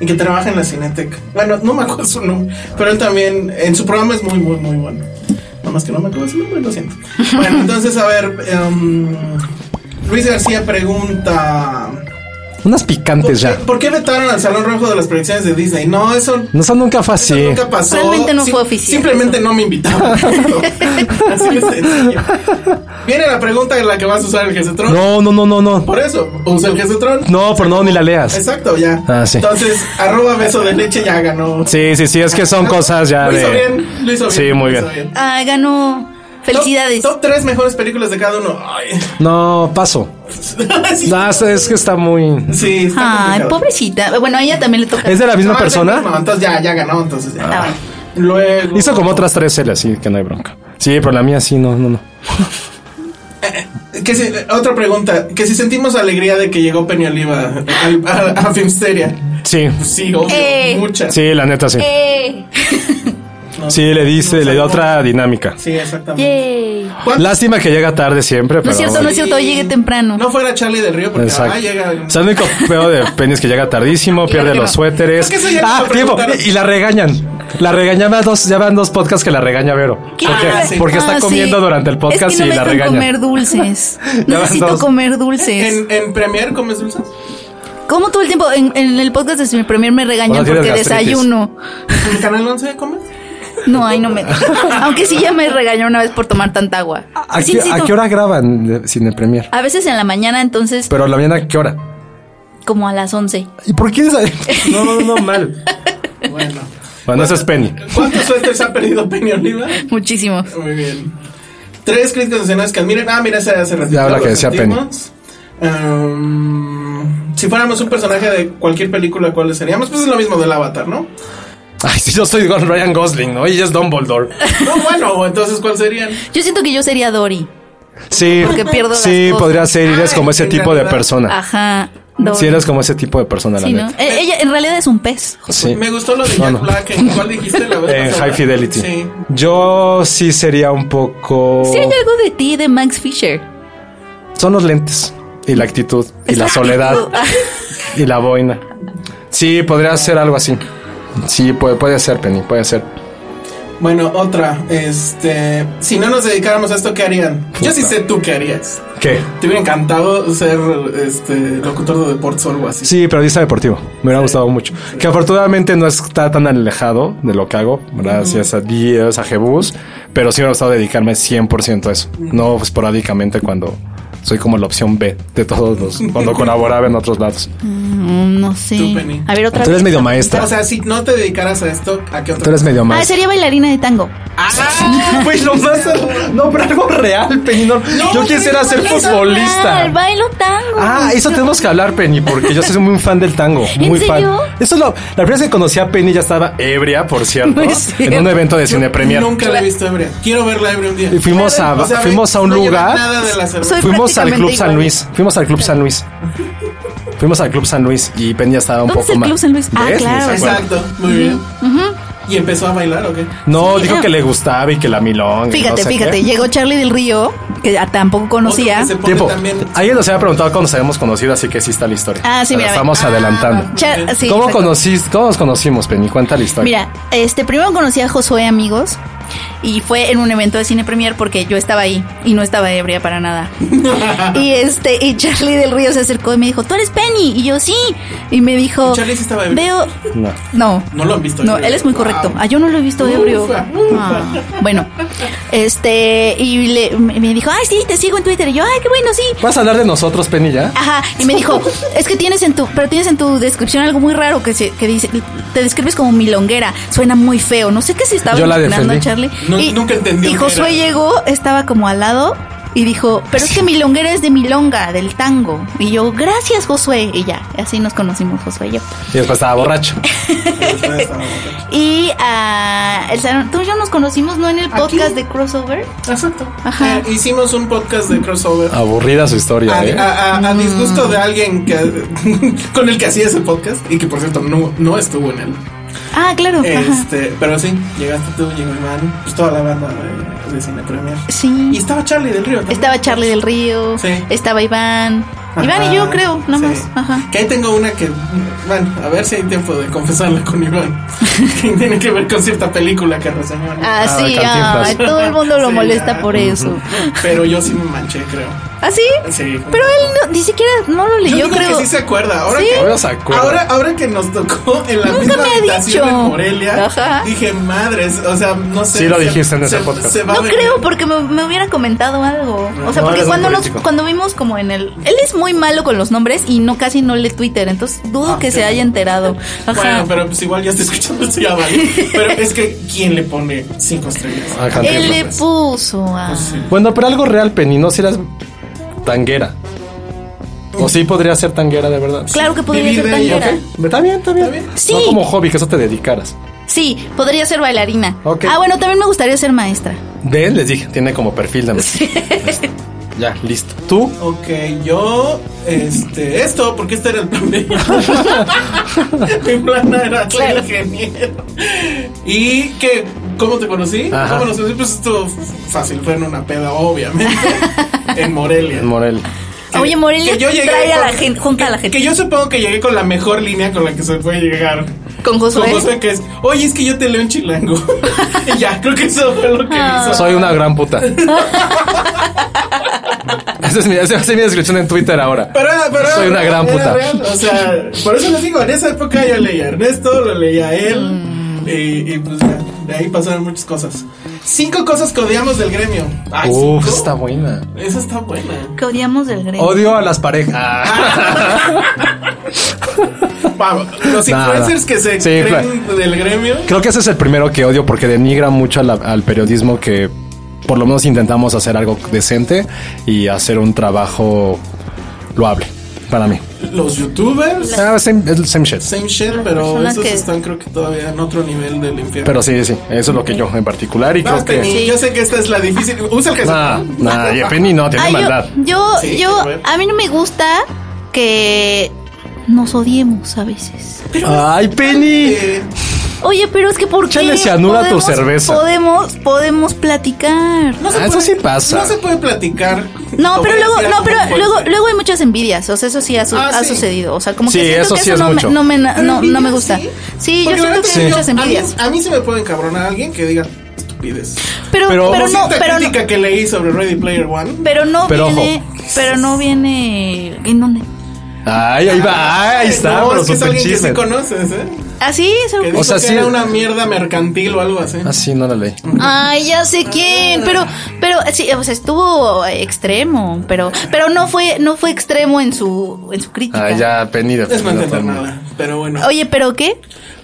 y que trabaja en la Cineteca? Bueno, no me acuerdo su nombre, pero él también en su programa es muy, muy, muy bueno. Nada más que no me acuerdo su nombre, lo siento. Bueno, entonces, a ver, em, Luis García pregunta.
Unas picantes ya.
¿Por qué vetaron al Salón Rojo de las proyecciones de Disney? No, eso
No, eso nunca fue
Eso
así.
nunca pasó.
Realmente no
Sim-
fue oficial.
Simplemente no me invitaron. Así de sencillo. Viene la pregunta en la que vas a usar el Gesetron.
No, no, no, no, no.
Por eso, usa el Gesetron.
No, pero no, ni la leas.
Exacto, ya.
Ah, sí.
Entonces, arroba beso de leche ya ganó.
Sí, sí, sí, es que son cosas ya
Lo hizo
de...
bien, lo hizo bien.
Sí, muy
lo hizo
bien.
Ah, ganó.
Top-
Felicidades.
Top, tres mejores películas de cada uno. Ay.
No, paso.
sí,
No, es- es que está muy...
sí, está
Ay,
complicado.
pobrecita. Bueno, a ella también le toca.
¿Es de la
No,
misma
es el mismo,
persona?
Entonces ya, ya ganó, entonces ya.
Ah, bueno.
Luego.
Hizo como otras tres L, así que no hay bronca. Sí, pero la mía sí, no, no, no.
Que si- otra pregunta, que si sentimos alegría de que llegó Peña Oliva al- a, a Filmsteria.
Sí,
Sí, obvio,
Eh.
muchas.
sí, la neta sí.
Eh,
Sí, le dice, le da otra dinámica.
Sí, exactamente.
yay.
¿Cuántos-
Lástima que llega tarde siempre,
No
pero...
es cierto, no es cierto. Llegué temprano.
No fuera Charlie del Río, porque ah,
Exacto.
llega.
O sea, el único pedo de Penny es que llega tardísimo, pierde
que
los
no.
suéteres.
Es que eso ya
Ah,
nos lo
tiempo.
preguntaron.
Y la regañan. La regañan. Ya van dos, ya van dos podcasts que la regaña Vero.
¿Qué?
Porque,
Ah, sí.
porque
Ah,
está
sí.
comiendo durante el podcast
es que no
y
me
la
dejan
regaña.
comer dulces.
van
Necesito
dos.
comer dulces.
¿En, en Premier comes dulces?
Como todo el tiempo en, en el podcast de mi premier me regañan
Ahora tienes
porque
gastritis.
desayuno.
¿En Canal 11 comes?
No, ay, no me. Aunque sí ya me regañó una vez por tomar tanta agua.
¿A,
Sí,
qué,
sí,
a
no.
qué hora graban de- sin el premier?
A veces en la mañana, entonces
Pero a la mañana, ¿a qué hora?
como a las 11.
¿Y por qué? esa- No, no, no, mal.
Bueno.
Bueno, eso es Penny.
¿Cuántos suéteres ha perdido Peña Oliva?
Muchísimo.
Muy bien. Tres críticas escenas que admiren. Ah, mira, esa hace ratito.
Ya habla
lo
que decía
sentimos. Em, si fuéramos un personaje de cualquier película, ¿cuáles seríamos? Pues es lo mismo del Avatar, ¿no?
Ay, sí, yo soy Gon- Ryan Gosling, ¿no? Y ella es Dumbledore.
No, bueno, entonces, ¿cuál serían?
Yo siento que yo sería Dory.
Sí.
Porque pierdo las
Sí,
cosas.
podría ser. Eres
Ay,
como ese
en
tipo de
realidad.
persona.
Ajá. Dory.
Si eres como ese tipo de persona, la
Sí, ¿no?
neta.
Eh, ella en realidad es un pez.
Sí.
Me gustó lo de Jack
no.
Black. ¿en ¿Cuál dijiste la vez
En
pasada?
Eh, High Fidelity.
Sí.
Yo sí sería un poco.
Sí, hay algo de ti, de Max Fisher.
Son los lentes y la actitud y la
Exacto.
soledad y la boina. Sí, podría ser algo así. Sí, puede, puede ser, Penny, puede ser.
Bueno, otra. Este. Si no nos dedicáramos a esto, ¿qué harían? Yo sí sé tú qué harías.
¿Qué?
Te hubiera encantado ser este locutor de deportes o algo así.
Sí, periodista deportivo. Me hubiera gustado mucho. Que afortunadamente no está tan alejado de lo que hago, gracias a Dios, a Jebus, pero sí me hubiera gustado dedicarme 100% a eso. No esporádicamente cuando Soy como la opción B de todos los cuando colaboraba en otros lados.
Mm, no sé.
Tú, Penny.
A ver, otra
Tú
vez.
eres medio maestra.
O sea, si no te dedicaras a esto, ¿a qué otro?
Tú eres medio
Ah,
maestra.
sería bailarina de tango.
Ah, Pues lo más. No, pero algo real, Penny. no. yo
pues,
quisiera ser
El
futbolista.
bailo tango.
Ah, eso tenemos que hablar, Penny, porque yo soy muy fan del tango.
¿En
Muy fan.
serio?
Eso es lo. La primera vez que conocí a Penny ya estaba ebria, por cierto,
No es
en un
cierto.
evento de cine premier.
Nunca la he visto ebria. Quiero verla ebria un día.
Y fuimos a,
O sea,
fuimos a un
no lleva
lugar.
Nada de la cerveza.
Soy
Fuimos al Club
prácticamente
San
igual.
Luis. Fuimos al Club San Luis. Fuimos al Club San Luis y Penny ya estaba un
¿Dónde
poco
es el
más.
Club San Luis? Ah,
¿Ves?
claro.
Ni se acuerda.
Exacto, muy bien. ¿Y empezó a bailar o qué?
No,
Sí,
dijo
ah.
que le gustaba y que la milonga. y
Fíjate,
no sé
fíjate.
qué.
Llegó Charlie del Río, que a- tampoco conocía.
Otro que se pone
Tiempo.
también-
Alguien nos había preguntado cuándo nos habíamos conocido, así que sí está la historia.
Ah, sí,
La
mira,
Estamos
ah,
adelantando.
Char- sí,
¿Cómo,
exacto.
conociste, ¿Cómo nos conocimos, Penny? Cuenta la historia.
Mira, este primero conocí a Josué Amigos y fue en un evento de cine premier porque yo estaba ahí y no estaba ebria para nada. y este y Charlie del Río se acercó y me dijo, "Tú eres Penny." Y yo, "Sí." Y me dijo,
Charlie sí estaba ebrio.
"Veo
No.
no,
No lo han visto
No,
ebrio.
él es muy correcto.
Wow.
Ah, yo no lo he visto ebrio.
Ufa,
Ah, bueno, este y le- me me dijo, "Ay, sí, te sigo en Twitter." Y yo, "Ay, qué bueno, sí."
¿Vas a hablar de nosotros, Penny, ya?
Ajá, y me dijo, es que tienes en tu, pero tienes en tu descripción algo muy raro que, se, que dice, te describes como milonguera, suena muy feo, no sé qué se estaba
Yo la
imaginando
defendí.
Charlie.
No- nunca entendí
Y
qué
Josué
era.
llegó, estaba como al lado y dijo, pero es que milonguera es de milonga, del tango. Y yo, gracias Josué, y ya, así nos conocimos Josué y yo.
Y después estaba borracho.
Y ah, el salón, tú y yo nos conocimos, ¿no? En el podcast de Crossover.
Exacto.
Ajá.
Eh, hicimos un podcast de crossover.
Aburrida su historia,
A,
Ah, ¿eh?
ah.
a-
Mm.
a- a disgusto de alguien que, con el que hacía ese podcast y que por cierto no, no estuvo en él.
Ah, claro. Ajá.
Este, pero sí, llegaste tú, llegó Iván, pues toda la banda de, de Cine Premier.
Sí.
Y estaba Charlie del Río. también.
Estaba Charlie del Río,
Sí.
estaba Iván. Iván
Ajá,
y yo creo, nada
sí.
más. Ajá.
Que ahí tengo una que, bueno, a ver si hay tiempo de confesarla con Iván. que tiene que ver con cierta película que reseñó. ¿no?
Ah,
Ah,
sí,
Cantinflas.
ay, todo el mundo lo
Sí,
molesta
ya.
por eso.
Pero yo sí me manché, creo.
¿Ah, sí?
Sí.
Pero él no- ni siquiera no lo
Yo,
leyó,
digo
creo.
que sí se acuerda. Ahora,
Sí.
que,
Ahora se acuerda.
Ahora, ahora que nos tocó en la
Nunca
misma
me ha
habitación
dicho.
en Morelia,
Ajá.
dije, madres, o sea, no sé.
Sí lo
se-
dijiste en ese
se-
podcast.
se va a
No
venir.
creo, porque me, me hubiera comentado algo. O sea,
No,
porque
eres
cuando
un
nos,
político.
cuando vimos como en el. Él es muy malo con los nombres y no casi no lee Twitter, entonces dudo que se haya enterado. Ajá.
Ah, Bueno, pero pues igual ya está escuchando esto ya vale. Pero es que ¿quién le pone cinco estrellas? Pues,
A Cantinflas.
él le puso a.
Bueno, pero algo real, Penny, no si eras tanguera. O sí podría ser tanguera de verdad.
Claro que podría
Vivir
ser
de ello,
tanguera.
¿ok?
Está bien, está bien.
Sí.
No como hobby, que eso te dedicaras.
Sí, podría ser bailarina.
Ok.
Ah, bueno, también me gustaría ser maestra.
De él les dije, tiene como perfil de Ya, listo. ¿Tú?
Ok, yo, este, esto, porque este era el plan B. Mi plan A era ser ingeniero. ¿Y qué? ¿Cómo te conocí?
Ajá.
¿Cómo nos conocí? Pues esto fácil, fue en una peda, obviamente, en Morelia.
Morel.
Que-
Ah, Oye, Morelia
que yo llegué
trae a la
con-
gente, junta a la gente.
Que yo supongo que llegué con la mejor línea con la que se puede llegar.
con Josué.
Con José, que es, oye, es que yo te leo en chilango. y ya, creo que eso fue lo que hizo.
Soy una gran puta. Esa es mi, esa es mi descripción en Twitter ahora.
Pero, era- pero era
Soy una
real,
gran
era
puta.
real, O sea, por eso les digo, en esa época yo leía a Ernesto, lo leía a él. Y, y pues ya, de ahí pasaron muchas cosas. Cinco cosas que odiamos del gremio. Ay,
Uf,
¿cinco?
está buena.
Esa está buena.
que odiamos del gremio.
Odio a las parejas.
Vamos, los
Nada.
influencers que se
Sí,
creen del gremio.
Creo que ese es el primero que odio porque denigra mucho a la- al periodismo que por lo menos intentamos hacer algo decente y hacer un trabajo loable para mí.
Los youtubers.
Ah, same, es el same shit.
Same shit, pero
personas
esos
que-
están creo que todavía en otro nivel del infierno.
Pero sí, sí, eso es lo que yo en particular y creo
Vas,
que...
Penny, yo sé que esta es la difícil. Usa el
Nah,
calzón.
nah, y Penny no, tiene
Ay, yo-
maldad.
Yo, yo,
Sí, a ver.
a mí no me gusta que nos odiemos a veces.
Ay, Penny.
Eh,
Oye, pero es que por qué
Chale, se anula tu cerveza.
Podemos, podemos platicar.
no se
Ah, eso
puede-
sí pasa.
No se puede platicar.
No,
Lo
pero
voy a
luego,
decir
no,
algo
pero
fuerte.
luego, luego hay muchas envidias. O sea, eso sí ha, su-
Ah,
ha
sí.
sucedido. O sea, como
Sí,
que siento
eso
que
sí
eso
es
no,
mucho.
Me, no me,
Pero
no, no me
envidia,
gusta. Sí,
sí.
yo siento
Porque
que
la
hay
verdad
muchas
yo- a mí-
envidias.
A mí, se me puede encabronar alguien que diga estupidez.
Pero,
Pero-
pero,
Como
no,
cierta
pero no.
crítica que leí sobre Ready Player One.
Pero no
Pero ojo.
viene, pero no viene. ¿En dónde?
Ay, ahí va, Ah, ahí está.
No,
pero
es que es
super
alguien que sí
chisme.
conoces, ¿eh?
Así Ah, es.
Que dijo
sea,
que
sí-
era una mierda mercantil o algo así.
Ah, sí, no la leí.
Ay, ya sé quién, pero, pero sí, o sea, estuvo extremo, pero, pero no fue, no fue extremo en su, en su crítica.
Ay, Ah, ya, penny de
Es no
ofendido
entender
todo.
nada. Pero bueno.
Oye, pero qué?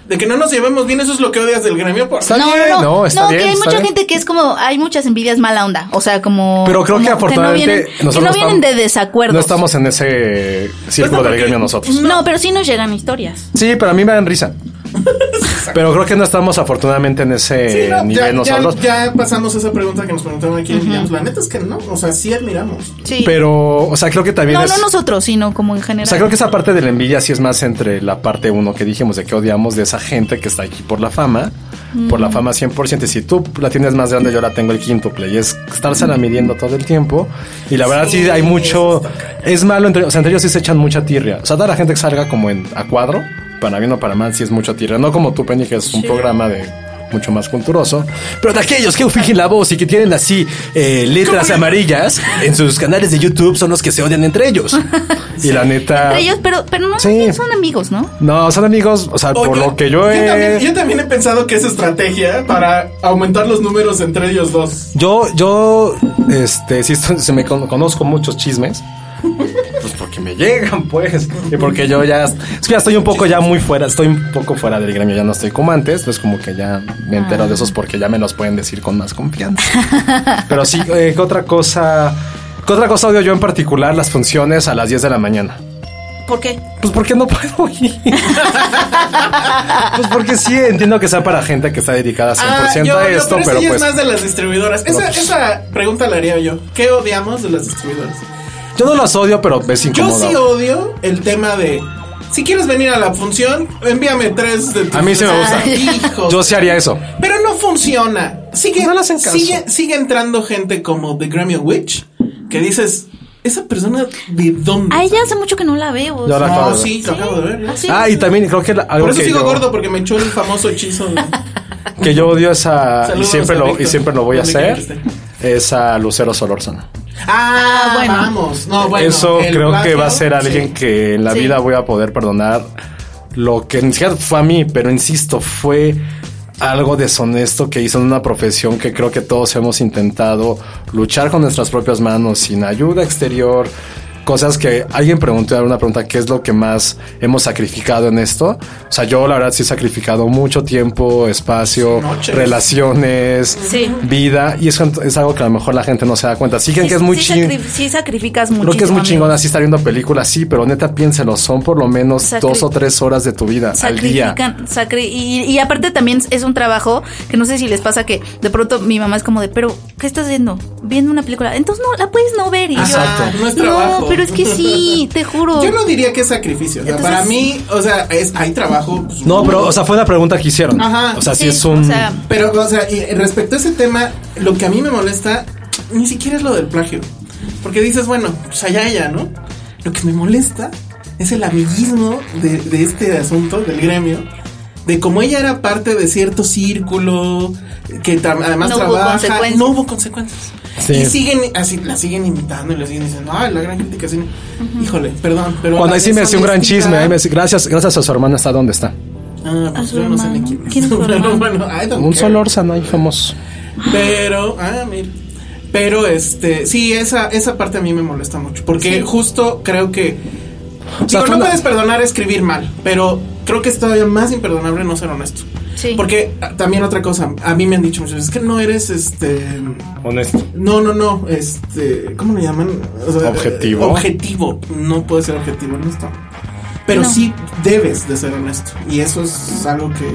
De que no nos llevemos bien, eso es lo que odias del gremio. Por...
Está bien, no, está bien,
que hay
está
mucha
bien.
gente que es como, hay muchas envidias mala onda, o sea, como.
Pero creo
como
que afortunadamente
no vienen, que no
nosotros
vienen
estamos-
de desacuerdos.
No estamos en ese círculo del gremio nosotros.
Mm.
No, pero sí nos llegan historias.
Sí, pero a mí me dan risa. Pero creo que no estamos afortunadamente en ese
Sí, no,
nivel
ya,
nosotros.
ya- ya pasamos esa pregunta que nos preguntaron aquí. admiramos. La neta es que no. O sea, sí admiramos.
Sí.
Pero, o sea, creo que también
no,
es.
no nosotros, sino como en general.
o sea, creo que esa parte de la envidia sí es más entre la parte uno que dijimos de que odiamos de esa gente que está aquí por la fama, por la fama 100%. Y si tú la tienes más grande, yo la tengo el quíntuple. Y es estársela midiendo todo el tiempo. Y la verdad, sí, hay mucho. Es malo entre, o sea, entre ellos sí se echan mucha tirria. O sea, toda la gente que salga como en, a cuadro, para bien o para mal, sí es mucha tirria. No como tú, Penny, que es un programa de mucho más culturoso, pero de aquellos que fingen la voz y que tienen así eh, letras amarillas en sus canales de YouTube son los que se odian entre ellos. Y la neta...
Entre ellos, pero, pero no
Sí.
no son amigos, ¿no?
No, son amigos, o sea, por
Oye,
lo que yo he...
también, Oh, yo también he pensado que es estrategia para aumentar los números entre ellos dos.
Yo, yo, este, sí, esto- se me con- conozco muchos chismes. Pues porque me llegan, pues. Y porque yo ya, es que ya estoy un poco ya muy fuera, estoy un poco fuera del gremio, ya no estoy como antes. Pues como que ya me entero de esos
Ah.
porque ya me los pueden decir con más confianza. Pero sí, eh, ¿qué otra cosa? ¿Qué otra cosa odio yo en particular? Las funciones a las 10 de la mañana.
¿Por qué?
Pues porque no puedo ir. pues porque sí, entiendo que sea para gente que está dedicada 100% a esto,
Ah, pero,
pero
sí
pues...
es más de las distribuidoras. Esa,
pues.
esa pregunta la haría yo. ¿Qué odiamos de las distribuidoras?
Yo no las odio, pero es
Yo
incómodo.
sí odio el tema de si quieres venir a la función, envíame tres de tus
A mí sí me gusta.
Hijo.
Yo sí haría eso.
Pero no funciona. Sigue,
No le hacen caso.
sigue, sigue entrando gente como The Grammy Witch que dices, esa persona de dónde.
A ella hace mucho que no la veo.
Yo la
No,
acabo de ver.
sí, lo acabo de ver. ya.
Así
Ah, y también creo que la- algo
Por eso
que,
sigo
yo,
gordo porque me echó el famoso hechizo. de-
que yo odio es a- y
Saludos
siempre
a
lo y
Víctor.
siempre lo voy a
¿Dónde quiere
hacer es a Lucero Solórzano.
Ah,
Ah, bueno.
bueno. Vamos. No, bueno.
eso
el
creo que
plagio,
va a ser alguien
sí.
que en la
Sí.
vida voy a poder perdonar lo que ni siquiera fue a mí, pero insisto, fue algo deshonesto que hizo en una profesión que creo que todos hemos intentado luchar con nuestras propias manos, sin ayuda exterior. Cosas que alguien preguntó, una pregunta, ¿qué es lo que más hemos sacrificado en esto? O sea, yo la verdad sí he sacrificado mucho tiempo, espacio,
Noches.
relaciones,
Sí.
vida, y eso es algo que a lo mejor la gente no se da cuenta. Sí, creen que es muy
sí,
ching-
sacri- sí sacrificas mucho.
Creo que es muy chingón así estar viendo películas, sí, pero neta piénselo, son por lo menos
Sacri-
dos o tres horas de tu vida al día.
Sacrifican, sacri- y, y aparte también es un trabajo que no sé si les pasa que de pronto mi mamá es como de, pero ¿qué estás viendo? Viendo una película. Entonces no, la puedes no ver. Y yo, "Ah,
Exacto. No es
No,
trabajo".
pero es que sí, te juro.
Yo no diría que es sacrificio. o sea,
Entonces-
para mí, o sea, es, hay trabajo. pues,
No, pero, o sea, fue la pregunta que hicieron.
Ajá.
o sea, sí,
Sí,
es un...
o sea,
Pero, o sea, y respecto a ese tema, lo que a mí me molesta ni siquiera es lo del plagio. Porque dices, bueno, pues allá ella, ¿no? Lo que me molesta es el amiguismo de, de este asunto, del gremio. De cómo ella era parte de cierto círculo, que tra- además
No hubo
trabaja,
consecuencias.
no hubo consecuencias.
Sí.
Y siguen así, la siguen imitando y le siguen diciendo, ay, la gran criticación. Híjole, perdón, pero.
Cuando
la
ahí sí me hacía un gran
deshonestidad-
chisme, ahí me decía, gracias, gracias a su hermana está donde está.
Ah, pues
su
yo no sé ni
hermano.
quién.
¿Quién es su
Pero
hermano?
bueno, I don't
Un
care.
solórzano ahí famoso.
Pero, ah, mira. Pero este, sí, esa, esa parte a mí me molesta mucho. Porque justo creo que.
sea,
digo,
fue
no
una-
puedes perdonar escribir mal, pero creo que es todavía más imperdonable no ser honesto.
Sí.
Porque ah, también otra cosa, a mí me han dicho muchas veces es que no eres este.
Honesto.
No, no, no, este. ¿Cómo le llaman? O sea,
Objetivo.
eh, Objetivo. No puedes ser objetivo honesto. Pero
No.
sí debes de ser honesto. Y eso es algo que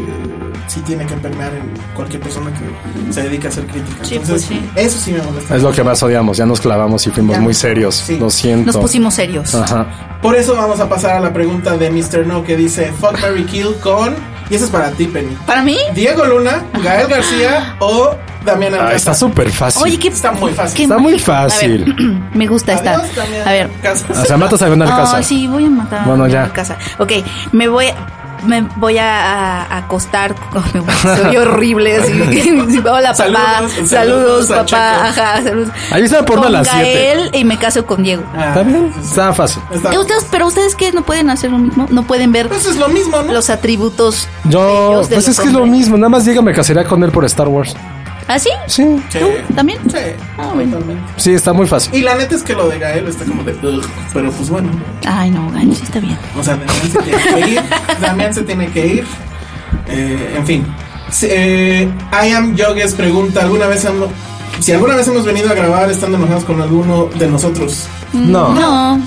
sí tiene que permear en cualquier persona que se dedica a hacer crítica.
Sí,
Entonces,
pues sí.
eso sí me molesta.
Es lo que más odiamos, ya nos clavamos y fuimos
Ya.
muy serios,
Sí.
lo siento.
Nos pusimos serios.
Ajá.
Por eso vamos a pasar a la pregunta de Mr. No que dice Fuck Mary Kill con. Y eso es para ti, Penny.
¿Para mí?
Diego Luna, Gael García o Damián
Ah,
Alcázar.
está súper fácil.
Oye, qué...
Está muy fácil.
qué
Está muy
mágico. A ver,
fácil.
me gusta esta.
Adiós, Damián
A ver.
Alcázar.
O sea, matas a Leonardo
Ah,
Alcázar.
sí, voy a matar
Bueno,
a
ya.
mi casa. Ok, me voy me voy a, a- a acostar. con- Se oye horrible. así. Hola, papá.
Saludos,
Saludos,
saludos a Checo.
papá. Ajá, saludos.
Ahí está porno a
Con
las siete.
Gael y me caso con Diego.
Ah,
Está bien, está fácil.
está-
Eh, ustedes, pero ustedes qué no pueden hacer lo mismo, no pueden ver
Pues es lo mismo, ¿no?
los atributos.
Yo,
bellos de
pues
los
es que es lo
hombres.
mismo, nada más llega me casaría con él por Star Wars.
¿Ah, sí?
Sí,
Sí.
¿Tú también?
Sí,
Ah, bueno.
totalmente.
sí, está muy fácil.
Y la neta es que lo de Gael está como de. "Ugh", Pero pues bueno.
Ay, no, gancho, está bien.
O sea, Damián se tiene que ir. Damián se tiene que ir. Eh, en fin. Se- eh, I am Yogues pregunta: ¿alguna vez hemos- si alguna vez hemos venido a grabar estando enojados con alguno de nosotros?
No.
No.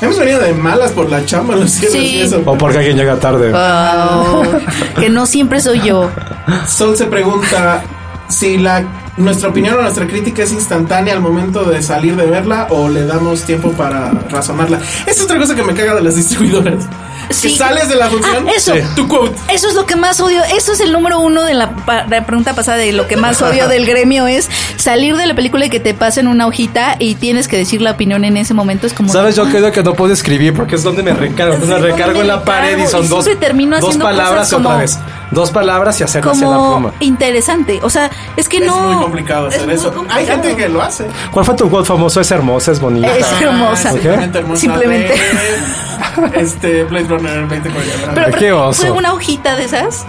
Hemos venido de malas por la chamba, lo siento.
Sí.
y eso.
O porque alguien llega tarde.
Oh, que no siempre soy yo.
Sol se pregunta si la nuestra opinión o nuestra crítica es instantánea al momento de salir de verla o le damos tiempo para razonarla. Es otra cosa que me caga de las distribuidoras.
Sí.
Que sales de la función,
Ah, eso.
tu quote.
Eso es lo que más odio. Eso es el número uno de la, pa- la pregunta pasada de lo que más odio del gremio es salir de la película y que te pasen una hojita y tienes que decir la opinión en ese momento. Es como
¿Sabes? Yo creo que no puedo escribir porque es donde me recargo. me
Sí, donde
recargo
me
en la
recargo
pared y
y
son dos,
siempre termino
dos
haciendo
palabras
cosas
y otra
como-
vez. Dos palabras y hacer hacia la
como
pluma.
interesante. O sea, es que
Es
no.
muy complicado hacer
muy
eso. Hay
complicado.
gente que lo hace.
¿Cuál fue tu quote famoso? Es hermosa, es Ah, bonita.
Es hermosa.
¿Ok?
Simplemente hermosa.
Simplemente.
de, este Blade Runner 2049.
Pero,
Qué
pero
oso.
fue una hojita de esas.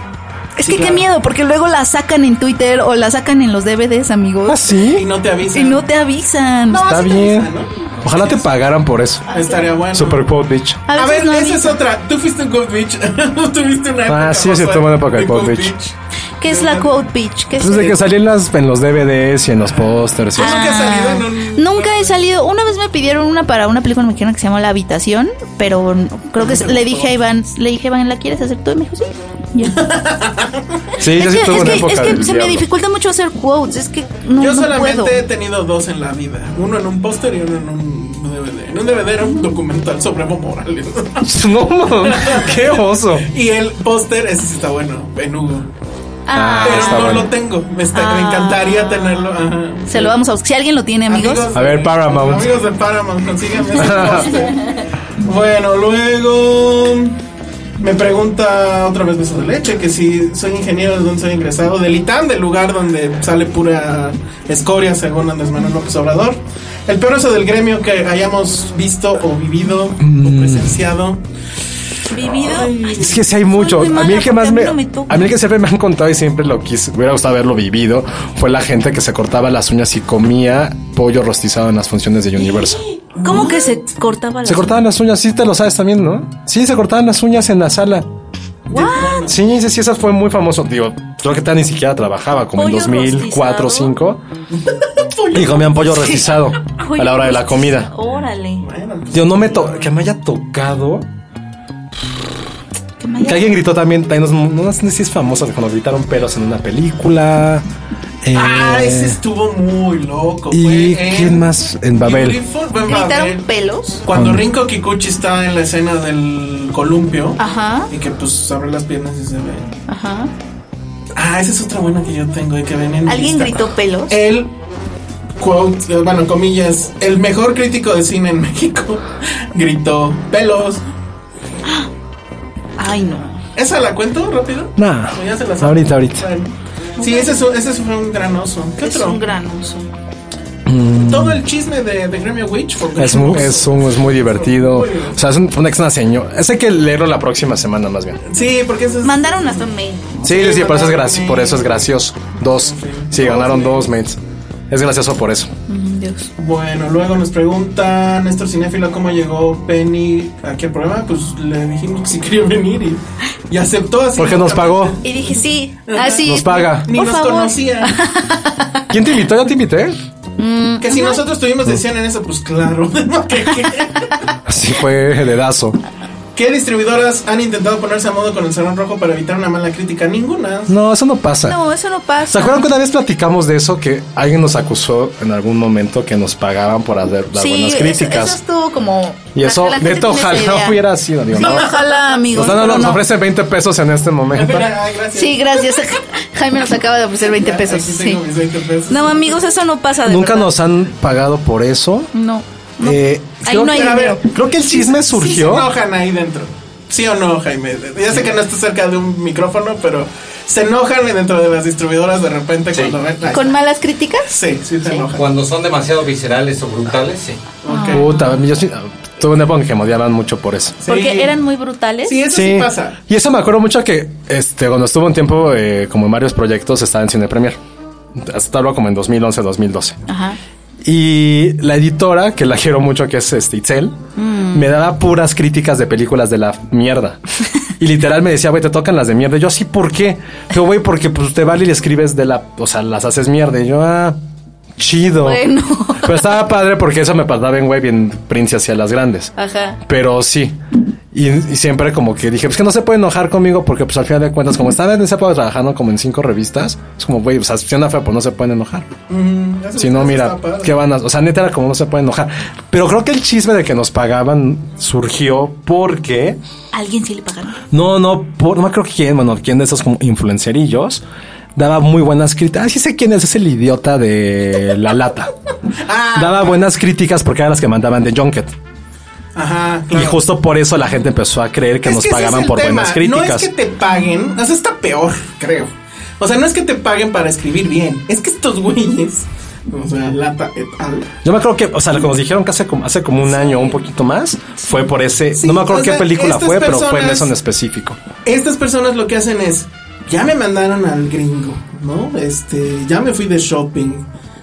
Es que qué miedo, porque luego la sacan en Twitter o la sacan en los DVDs, amigos.
Ah,
y
sí.
no te avisan.
Y no te avisan.
No,
Está
sí te
bien.
avisan,
Ojalá te pagaran por eso.
¿no? Estaría bueno.
Super quote, bitch.
A
A
veces
ver,
no
esa es
avisan.
otra. Tú fuiste un Goat Beach. No tuviste una época.
Ah, sí, es cierto,
famosa
buena época de Goat
Goat
Beach.
¿Qué es la quote bitch? ¿Qué es
Desde Pues que salí en, las, en los DVDs y en los pósters. y-
Yo nunca he salido en
Ah,
un.
Nunca he salido. Una vez me pidieron una para una película mexicana que se llama La Habitación, pero no- creo que es- le dije a Iván, le dije Iván, ¿la quieres hacer tú? Y me dijo, sí. Y yo-
Sí, yo
es
sí
que,
tuve
es
una
que-
época.
es que
del
se me
diablo.
dificulta mucho hacer quotes, es que no,
Yo
no
solamente
puedo.
he tenido dos en la vida. Uno en un póster y uno en un DVD. En un DVD era un documental sobre Evo Morales.
No, mam, qué oso.
y el póster, ese sí está bueno, en Hugo.
Ah,
Pero
está
no
bueno.
lo tengo. Me, está- me
Ah.
encantaría tenerlo. Ajá.
se lo vamos a buscar. Si alguien lo tiene, amigos.
A ver, Paramount.
Amigos de Paramount, consíganme ese póster. Bueno, luego me pregunta otra vez Beso de Leche que si soy ingeniero de dónde soy ingresado, del ITAM, del lugar donde sale pura escoria según Andrés Manuel López Obrador. El peor oso del gremio que hayamos visto o vivido
Mm.
o presenciado.
Vivido. Ay,
Es que sí hay
soy
mucho.
muy
A mí
mala
el que
porque
más me,
no toca.
a mí el que siempre me han contado y siempre lo quise, hubiera gustado haberlo vivido fue la gente que se cortaba las uñas y comía pollo rostizado en las funciones de Universo.
¿Cómo que se cortaba la
Se cortaban las uñas, sí te lo sabes también, ¿no? Sí, se cortaban las uñas en la sala. Sí, sí, sí, esa fue muy famoso. Digo, creo que tal ni siquiera trabajaba, como en
Pollo
2004 o
rostizado.
5. Y comían pollo rostizado a la hora de la comida.
Órale.
Digo, no me to que me haya tocado
Que me haya-
Que alguien gritó también, también unos- no sé si es famosa cuando gritaron pelos en una película. Eh,
Ah, ese estuvo muy loco.
¿Y
fue ¿eh? en
quién más? En Babel.
Beautiful, fue en Babel.
¿Gritaron pelos?
Cuando Rinko Kikuchi está en la escena del columpio
Ajá,
y que pues abre las piernas y se ve.
ajá.
Ah, esa es otra buena que yo tengo y que ven en mi
¿Alguien
lista.
gritó pelos?
El quote, eh, bueno, comillas, el mejor crítico de cine en México gritó pelos.
Ay, no.
¿Esa la cuento rápido?
Nah,
¿O ya se la saben?
ahorita, ahorita.
Bueno. Sí, ese, es un- ese fue un gran oso. ¿Qué
Es
otro?
un gran oso.
Todo el chisme de, de Gremio Witch fue un gran
Mm. Es muy,
oso.
es, un- es muy divertido. O sea, es un- una, es una señora. Ese que leerlo la próxima semana más bien.
Sí, porque eso es.
Mandaron hasta un mail.
Sí, sí, por eso es, graci- por eso es gracioso. Dos. Sí, ganaron dos mates. Es gracioso por eso.
Dios.
Bueno, luego nos preguntan, Néstor Cinéfilo, ¿cómo llegó Penny aquí al programa? Pues le dijimos que si quería venir y, y aceptó así.
Porque nos pagó.
Y dije, sí, así.
Nos paga.
Ni
Por
nos
favor.
conocía.
¿Quién te invitó? ¿Ya te invité?
que si nosotros tuvimos decisión en eso, pues claro. ¿Qué, qué?
Así fue el dedazo.
¿Qué distribuidoras han intentado ponerse a modo con el Salón Rojo para evitar una mala crítica? Ninguna.
No, eso no pasa.
No, eso no
¿Se
pasa.
acuerdan que una vez platicamos de eso? Que alguien nos acusó en algún momento que nos pagaban por hacer las
Sí,
buenas
eso-
críticas.
Eso, estuvo como.
y eso,
la gente
neta,
tiene esa
ojalá
idea.
hubiera sido. Digo,
Sí,
no. Pues,
ojalá, amigos.
Nos, dan-
pero
nos
no.
ofrecen 20 pesos en este momento.
Ay, Ah, gracias.
Sí, gracias. Jaime nos acaba de ofrecer 20 pesos.
Aquí tengo
sí.
mis 20 pesos.
No, amigos, eso no pasa de
Nunca
verdad.
nos han pagado por eso.
No. no.
Eh,
Ahí no hay
que,
dinero.
creo que el chisme
Sí se
surgió.
enojan ahí dentro. ¿Sí o no, Jaime? Ya sé que no estás cerca de un micrófono, pero se enojan dentro de las distribuidoras de repente
Sí.
cuando ven. Ay,
¿Con malas críticas?
Sí, sí se enojan.
Cuando son demasiado viscerales o brutales, sí.
Ok.
Puta, yo sí- tuve una época que me odiaban mucho por eso.
Sí.
Porque eran muy brutales.
Sí, eso sí, pasa.
Y eso me acuerdo mucho que este, cuando estuvo un tiempo, eh, como en varios proyectos, estaba en Cine Premier. Hasta luego como en 2011, 2012.
Ajá.
Y la editora, que la quiero mucho, que es este, Itzel, me daba puras críticas de películas de la mierda. y literal me decía, güey, te tocan las de mierda. Y yo, sí, ¿por qué? Yo, güey, porque pues, te vale y le escribes de la... O sea, las haces mierda. Y yo, ah, chido.
Bueno.
Pero estaba padre porque eso me pasaba en, güey, en Prince hacia las grandes.
Ajá.
Pero sí. Y, y siempre como que dije, pues que no se puede enojar conmigo porque pues al final de cuentas, como estaba en esa época trabajando como en cinco revistas, es como, güey, o sea, si una fea, pues no se pueden enojar.
Eso-
Si no,
eso
mira,
está padre.
¿qué van a...? O sea, neta era como no se puede enojar. Pero creo que el chisme de que nos pagaban surgió porque...
Alguien sí le pagaron.
No, no, por, no creo que quién, bueno, quién de esos como influencerillos daba muy buenas críticas. Ah, sí sé quién es, es el idiota de la lata.
Ah.
Daba buenas críticas porque eran las que mandaban de Junket.
Ajá, claro.
Y justo por eso la gente empezó a creer que
Es
nos
ese
pagaban
es el
por
tema.
buenas críticas.
No es que te paguen, o sea, está peor, creo. O sea, no es que te paguen para escribir bien, es que estos güeyes, o sea, eh, lata et al.
Yo me acuerdo que, o sea, como nos dijeron que hace como, hace como un año o un poquito más, fue por ese. no me acuerdo
o
qué
sea,
película
estas
fue, pero fue en
personas-
eso en específico.
Estas personas lo que hacen es, ya me mandaron al gringo, ¿no? Este, ya me fui de shopping,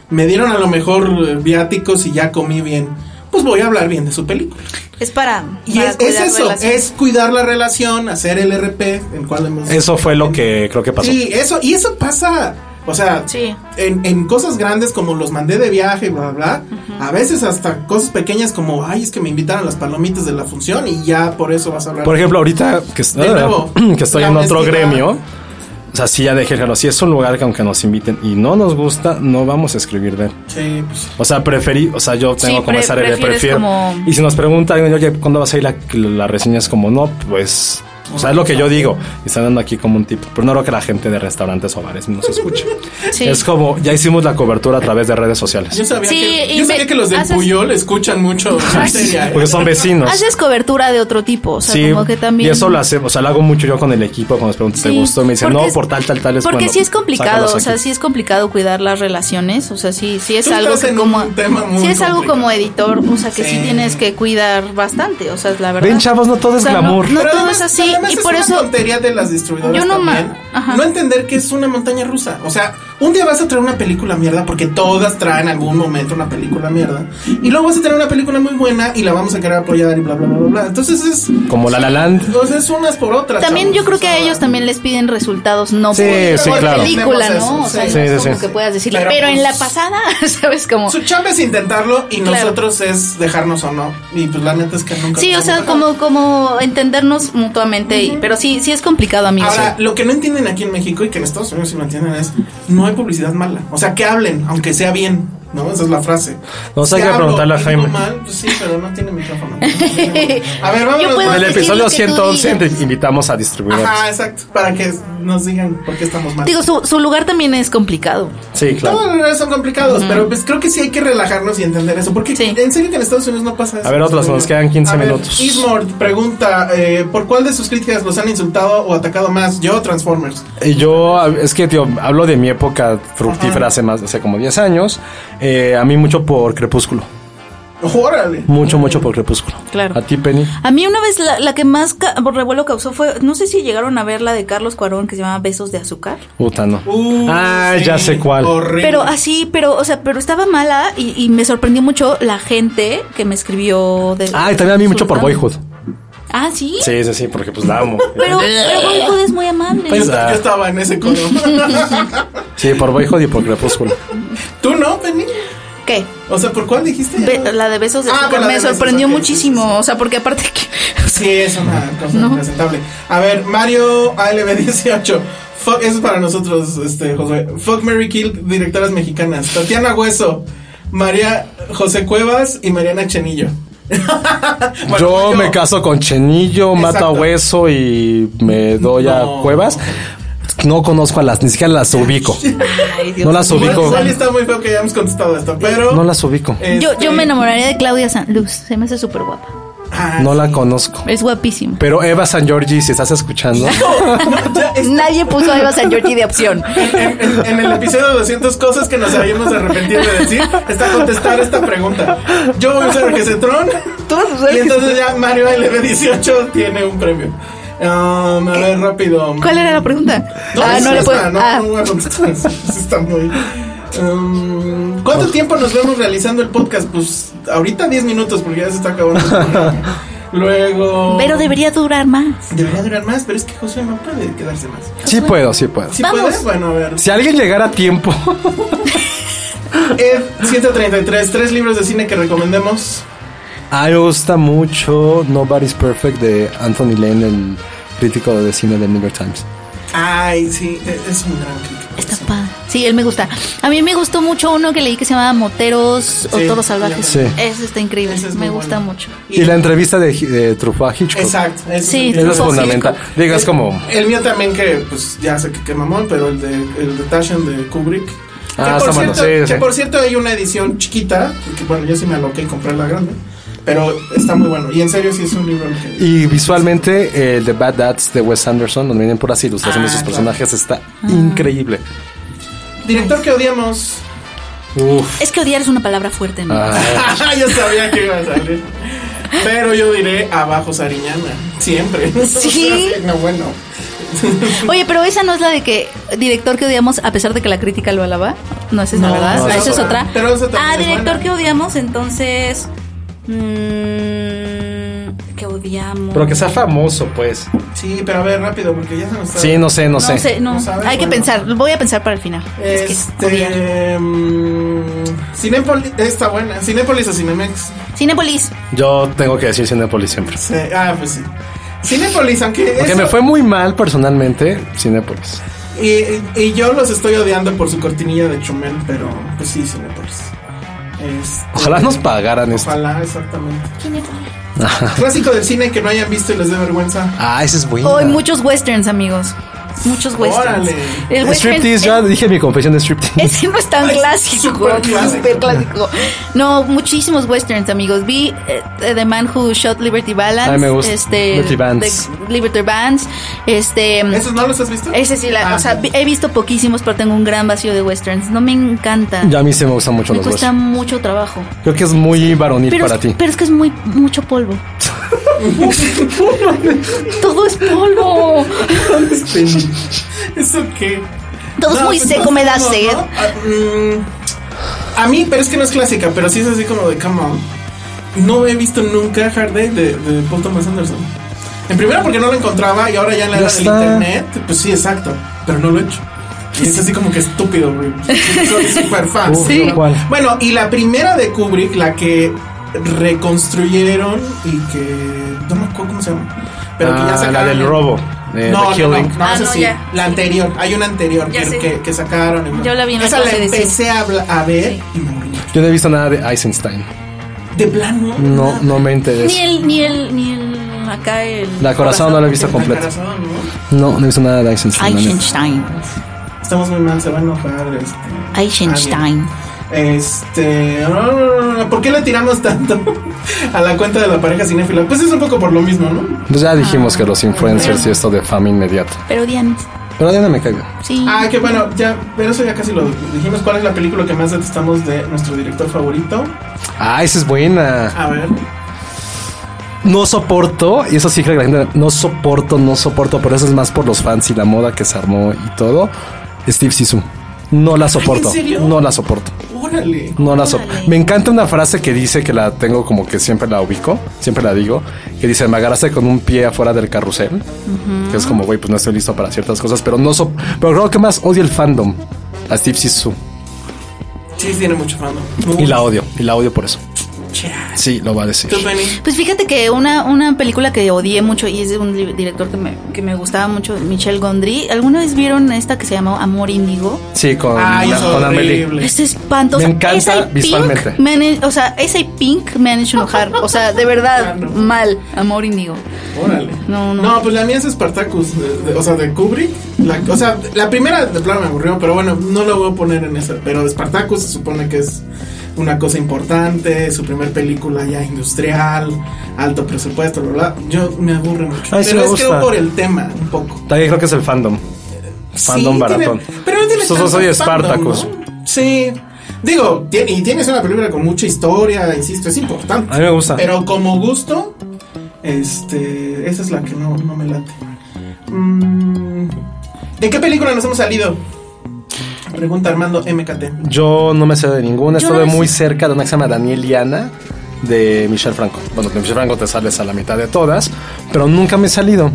me dieron a lo mejor eh, viáticos y ya comí bien. Pues voy a hablar bien de su película.
Es para.
Y
para
es, es
cuidar
eso,
relaciones.
es cuidar la relación, hacer el RP, el cual hemos...
Eso fue lo que creo que pasó.
Sí, eso, y eso pasa. O sea,
Sí.
en, en cosas grandes como los mandé de viaje y bla, bla, bla, a veces hasta cosas pequeñas como, ay, es que me invitaron las palomitas de la función y ya por eso vas a hablar.
Por ejemplo, ahorita que, es-
De nuevo,
que estoy
la
en otro
honestidad.
gremio, o sea, sí ya dejé claro, si es un lugar que aunque nos inviten y no nos gusta, no vamos a escribir de él.
Sí, pues,
O sea, preferí, o sea, yo tengo
Sí,
como
pre-
esa regla,
prefieres
prefiero.
como-
Y si nos preguntan, oye, ¿cuándo vas a ir la, la reseña? Es como, no, pues, o sea, es lo que yo digo. Y están dando aquí como un tip. Pero no creo que la gente de restaurantes o bares nos escuche.
Sí.
Es como, ya hicimos la cobertura a través de redes
yo
sociales.
sabía,
Sí,
que,
y
yo sabía
me-
que los del
haces-
Puyol escuchan mucho. miseria, ¿eh?
Porque son vecinos.
Haces cobertura de otro tipo. O sea,
sí,
como que también.
y eso lo hacemos, o sea, lo hago mucho yo con el equipo cuando les pregunto, ¿te
Sí,
gustó? Y me dicen,
porque
no,
es-
por tal, tal, tal. Es
Porque
bueno,
sí es complicado,
sácalos
o sea,
aquí.
sí es complicado cuidar las relaciones, o sea, sí, sí es
Tú
algo
estás
que
en
como
un tema muy
sí es algo
complicado.
como editor, o sea, que sí.
Sí.
tienes que cuidar bastante, o sea, es la verdad.
Ven, chavos, no todo
O
es
sea, no-
glamour.
no-
Pero
todo
además-
es así,
pero además
y
es
por
una
eso-
tontería de las distribuidoras
Yo no ma-
también.
ajá.
No entender que es una montaña rusa. O sea, un día vas a traer una película mierda porque todas traen en algún momento una película mierda. Y luego vas a traer una película muy buena y la vamos a querer apoyar y bla, bla, bla, bla. bla. Entonces es...
Como La La Land.
Entonces es unas por otras.
También yo
chavos.
creo que a
O sea,
ellos también les piden resultados no
Sí,
por,
sí,
por
claro.
película,
Tenemos
¿no?
eso,
o sea,
sí.
no es
Sí, sí,
como
sí.
que puedas decirle, pero,
Pero,
en la
pues,
pasada, ¿sabes? Como
Su chamba es intentarlo y
Claro.
nosotros es dejarnos o no. Y pues la neta es que nunca...
Sí,
nos
o sea,
hemos dejado.
como como entendernos mutuamente, y- pero sí, sí es complicado, amigos.
Ahora, lo que no entienden aquí en México y que en Estados Unidos sí lo entienden es no hay publicidad mala. O sea, que hablen, aunque sea bien, ¿no? Esa es la frase.
No sé
Si
qué
hablo
preguntarle a
y
Jaime.
digo mal, pues sí, pero no tiene micrófono. A ver, vámonos.
Yo puedo
con
En el
decir
episodio
lo que tú
111
digas.
te invitamos a distribuidores.
Ajá, exacto. Para que nos digan por qué estamos mal.
Digo, su, su lugar también es complicado.
Sí,
todos
claro.
los lugares son complicados, pero pues creo que sí hay que relajarnos y entender eso. Porque
Sí.
en serio que en Estados Unidos no pasa eso.
A ver, otras, nos quedan 15
A ver,
minutos.
Ismord pregunta: eh, ¿Por cuál de sus críticas los han insultado o atacado más? Yo, Transformers.
Y yo, es que, tío, hablo de mi época fructífera hace más, hace como 10 años. Eh, a mí mucho por Crepúsculo.
Órale.
Mucho, mucho por Crepúsculo.
Claro.
A ti, Penny.
A mí una vez la, la que más ca- revuelo causó fue, no sé si llegaron a ver la de Carlos Cuarón que se llama Besos de Azúcar.
Puta, no.
Uh,
ah,
sí,
ya sé cuál.
horrible.
Pero así, pero, o sea, pero estaba mala y, y me sorprendió mucho la gente que me escribió de...
Ah, y también a mí mucho por
insultando.
Boyhood.
Ah, sí.
Sí, sí, sí, porque pues la amo.
Pero, pero Boyhood es muy amable.
Pues,
Yo,
ah.
yo estaba en ese coro.
Sí, por Boyhood y por Crepúsculo.
¿Tú no, Penny?
¿Qué?
O sea, ¿por cuál dijiste?
Be- la de Besos de
Ah,
Azúcar
con la de
me
Besos,
sorprendió
ok, sí,
muchísimo.
sí,
O sea, porque aparte que...
Sí, es una cosa presentable. A ver, Mario ALB18. Fuck, eso es para nosotros, este, Josué. Fuck Mary Kill, directoras mexicanas. Tatiana Hueso, María José Cuevas y Mariana Chenillo. Bueno,
yo, me caso con Chenillo, mato a
Exacto.
Hueso y me doy
No.
a Cuevas. No conozco a las, ni siquiera las ubico.
Ay, Dios
No las
Igual-
ubico.
igual está muy feo que hayamos contestado esto, pero.
No las ubico.
Eh, Yo,
este,
yo me enamoraría de Claudia Sanluz, se me hace súper guapa.
Ah,
no la
sí.
conozco.
Es guapísima.
Pero Eva San Giorgi, si estás escuchando,
Nadie puso a Eva San Giorgi de opción.
En, en- en el episodio 200 cosas que nos habíamos arrepentido de decir está contestar esta pregunta. Yo voy a usar Arquecetrón y entonces ya Mario LB18 tiene un premio. Um, a ver, rápido.
¿Cuál era la pregunta?
No,
ah, no
esa
le puedo.
está, No,
ah,
no voy a contestar. Eso está muy. Um, ¿Cuánto tiempo nos vemos realizando el podcast? Pues ahorita 10 minutos porque ya se está acabando. el programa. Luego.
pero debería durar más.
Debería durar más, pero es que José no puede quedarse más.
sí puedo, sí puedo.
¿Sí
Vamos.
puede? Bueno, a ver.
Si alguien llegara a tiempo,
Ed 133, tres libros de cine que recomendemos.
a mí me gusta mucho Nobody's Perfect de Anthony Lane, el crítico de cine de New York Times.
Ay, sí, e- es un gran crítico.
Está padre. Sí, él me gusta. A mí me gustó mucho uno que leí que se llamaba Moteros o
Sí,
Toros Salvajes.
sí.
Ese está increíble.
Ese es muy
me gusta
bueno.
mucho.
Y la entrevista de, de Truffaut a Hitchcock.
Exacto. ese
Sí,
es
Eso
el-
es
Truffaut
fundamental.
Hitchcock.
Digo, es como.
El mío también que, pues, ya sé que qué mamón, pero el de, el de Taschen de Kubrick. Que,
Ah,
por
está bueno,
cierto,
sí,
que
sí.
por cierto hay una edición chiquita, que bueno, yo sí me aloqué y compré la grande, pero está muy bueno. Y en serio sí es un libro que...
Y visualmente, el de Bad Dads de Wes Anderson, donde vienen puras ilustraciones
Ah,
de sus
claro.
personajes, está increíble.
Director que odiamos.
Uf.
Es que odiar es una palabra fuerte. ¿no?
Ah,
yo sabía que iba a salir. Pero yo diré abajo Sariñana, siempre. O sea,
Sí.
no, bueno.
Oye, pero esa no es la de que director que odiamos, a pesar de que la crítica lo alaba. No es esa,
No,
¿verdad?
no,
Ah,
esa
esa
es
es
otra.
otra.
Pero esa también
ah,
es
director
buena.
que odiamos, entonces. mm, que odiamos.
pero que sea famoso, pues.
Sí, pero a ver, rápido, porque ya se nos está...
Sí, no sé, no,
no
sé.
sé, no.
No sabe,
Hay que
bueno.
pensar. Voy a pensar para el final. Es que odiar.
Este. mm, Cinépolis. Está buena. Cinépolis o Cinemex.
Cinépolis.
Yo tengo que decir Cinepolis siempre.
Sí, ah, pues sí. Cinépolis, aunque.
Porque
eso-
me fue muy mal personalmente, Cinepolis.
Y, y yo los estoy odiando por su cortinilla de Chumel, pero pues sí, Cinépolis. Este,
Ojalá nos pagaran esto.
Ojalá, exactamente. Clásico del cine que no hayan visto y les dé vergüenza.
Ah, ese es bueno.
Hoy muchos westerns, amigos. Muchos westerns.
Órale.
El western
Striptease, ya dije mi confesión de striptease.
Ese no es tan
Ay,
clásico,
súper clásico.
súper clásico. No, muchísimos westerns, amigos. Vi eh, The Man Who Shot Liberty Balance.
Ay, me gusta.
Este,
Liberty Valance.
de- Liberty Valance. Este.
¿Esos no los has visto?
Ese sí, la,
Ah,
o sea, vi- he visto poquísimos, pero tengo un gran vacío de westerns. No me encanta.
Ya a mí sí me gustan mucho
me
los dos.
cuesta mucho trabajo.
Creo que es muy varonil
Pero,
para
es,
ti.
pero es que es muy mucho polvo. Todo es polvo.
¿Eso qué?
Todo es
No,
muy
pues,
seco,
no,
me da
no,
sed.
¿no? Ah, mm, A, mí, pero es que no es clásica, pero sí es así como de come on. No he visto nunca Hard Day de, de Paul Thomas Anderson. En primera porque no lo encontraba y ahora ya en la
Ya
era del
está.
internet, pues sí, exacto, pero no lo he hecho. Y es así como que estúpido, güey. Soy súper fan.
Uf,
Sí.
¿no? ¿Cuál?
Bueno, y la primera de Kubrick, la que reconstruyeron y que. No me acuerdo cómo se llama. Pero que ya
Ah,
sacaron.
la del robo. eh, The
No, no, no,
Killing.
no,
Ah,
esa
no,
sí,
ya.
La anterior, hay una anterior
Ya
que,
sé.
que, que sacaron. y-
Yo la vi en la
Esa la
clase de cine.
empecé a, habla- a ver y me morí.
Yo no he visto nada de Eisenstein.
De plano.
No, no me
Ni
interesa.
el, ni el, ni el, acá el.
La corazón no la he visto completa.
Corazón, ¿no?
No, no he visto nada de Eisenstein. la neta.
Eisenstein.
Estamos muy mal, se va a enojar. Este.
Eisenstein.
alguien. Este. no, no, no, no, ¿Por qué le tiramos tanto a la cuenta de la pareja cinéfila? Pues es un poco por lo mismo, ¿no?
Pues ya dijimos que
Ah,
los influencers y esto de fama inmediata.
Pero Diane,
Pero ya no me caigo.
sí.
Ah, que bueno, ya, pero eso ya casi lo dijimos. ¿Cuál es la película que más detestamos de nuestro director favorito?
Ah, esa es buena.
A ver.
No soporto, y eso sí creo que la gente no soporto, no soporto, pero eso es más por los fans y la moda que se armó y todo. Steve Sisu. No la soporto.
¿en serio?
No la soporto.
Órale.
No la soporto. Me encanta una frase que dice que la tengo como que siempre la ubico, siempre la digo, que dice, me agarraste con un pie afuera del carrusel. Que es como, güey, pues no estoy listo para ciertas cosas, pero no so pero creo que más odio el fandom. A Steve Sisu.
Sí, tiene mucho fandom.
Y la odio, y la odio por eso.
Chas.
Sí, lo va a decir.
¿Tú, Penny?
Pues fíjate que una, una película que odié mucho y es de un li- director que me, que me gustaba mucho, Michel Gondry. ¿Alguna vez vieron esta que se llamó Amor Índigo?
Sí, con,
Ay, es
con Amelie.
horrible.
Es espantosa.
Me encanta
Esa y Pink
visualmente.
me han he- o sea, esa y Pink me han hecho enojar. O sea, de verdad, mal. Amor Índigo.
Órale.
No, no.
pues la mía es Spartacus, de- de- o sea, de Kubrick. La, o sea, la primera de plano me aburrió, pero bueno, no lo voy a poner en esa. Pero Spartacus se supone que es una cosa importante, su primer película ya industrial, alto presupuesto, bla, bla. Yo me aburre mucho.
Ay, sí
pero
me
es
gusta.
creo por el tema, un poco.
También creo que es el fandom. Fandom
Sí,
baratón.
tiene- pero no tiene
Yo
tanto
soy
fandom,
Spartacus.
¿no? Sí. Digo, tie- y tienes una película con mucha historia, insisto, es importante.
A mí me gusta.
Pero como gusto, este, esa es la que no, no me late. Mm, ¿De qué película nos hemos salido? Pregunta Armando MKT.
Yo no me sé de ninguna.
Yo
Estuve
no me
muy cerca de una que se llama Danieliana de Michelle Franco. Bueno, que Michelle Franco te sales a la mitad de todas, pero nunca me he salido.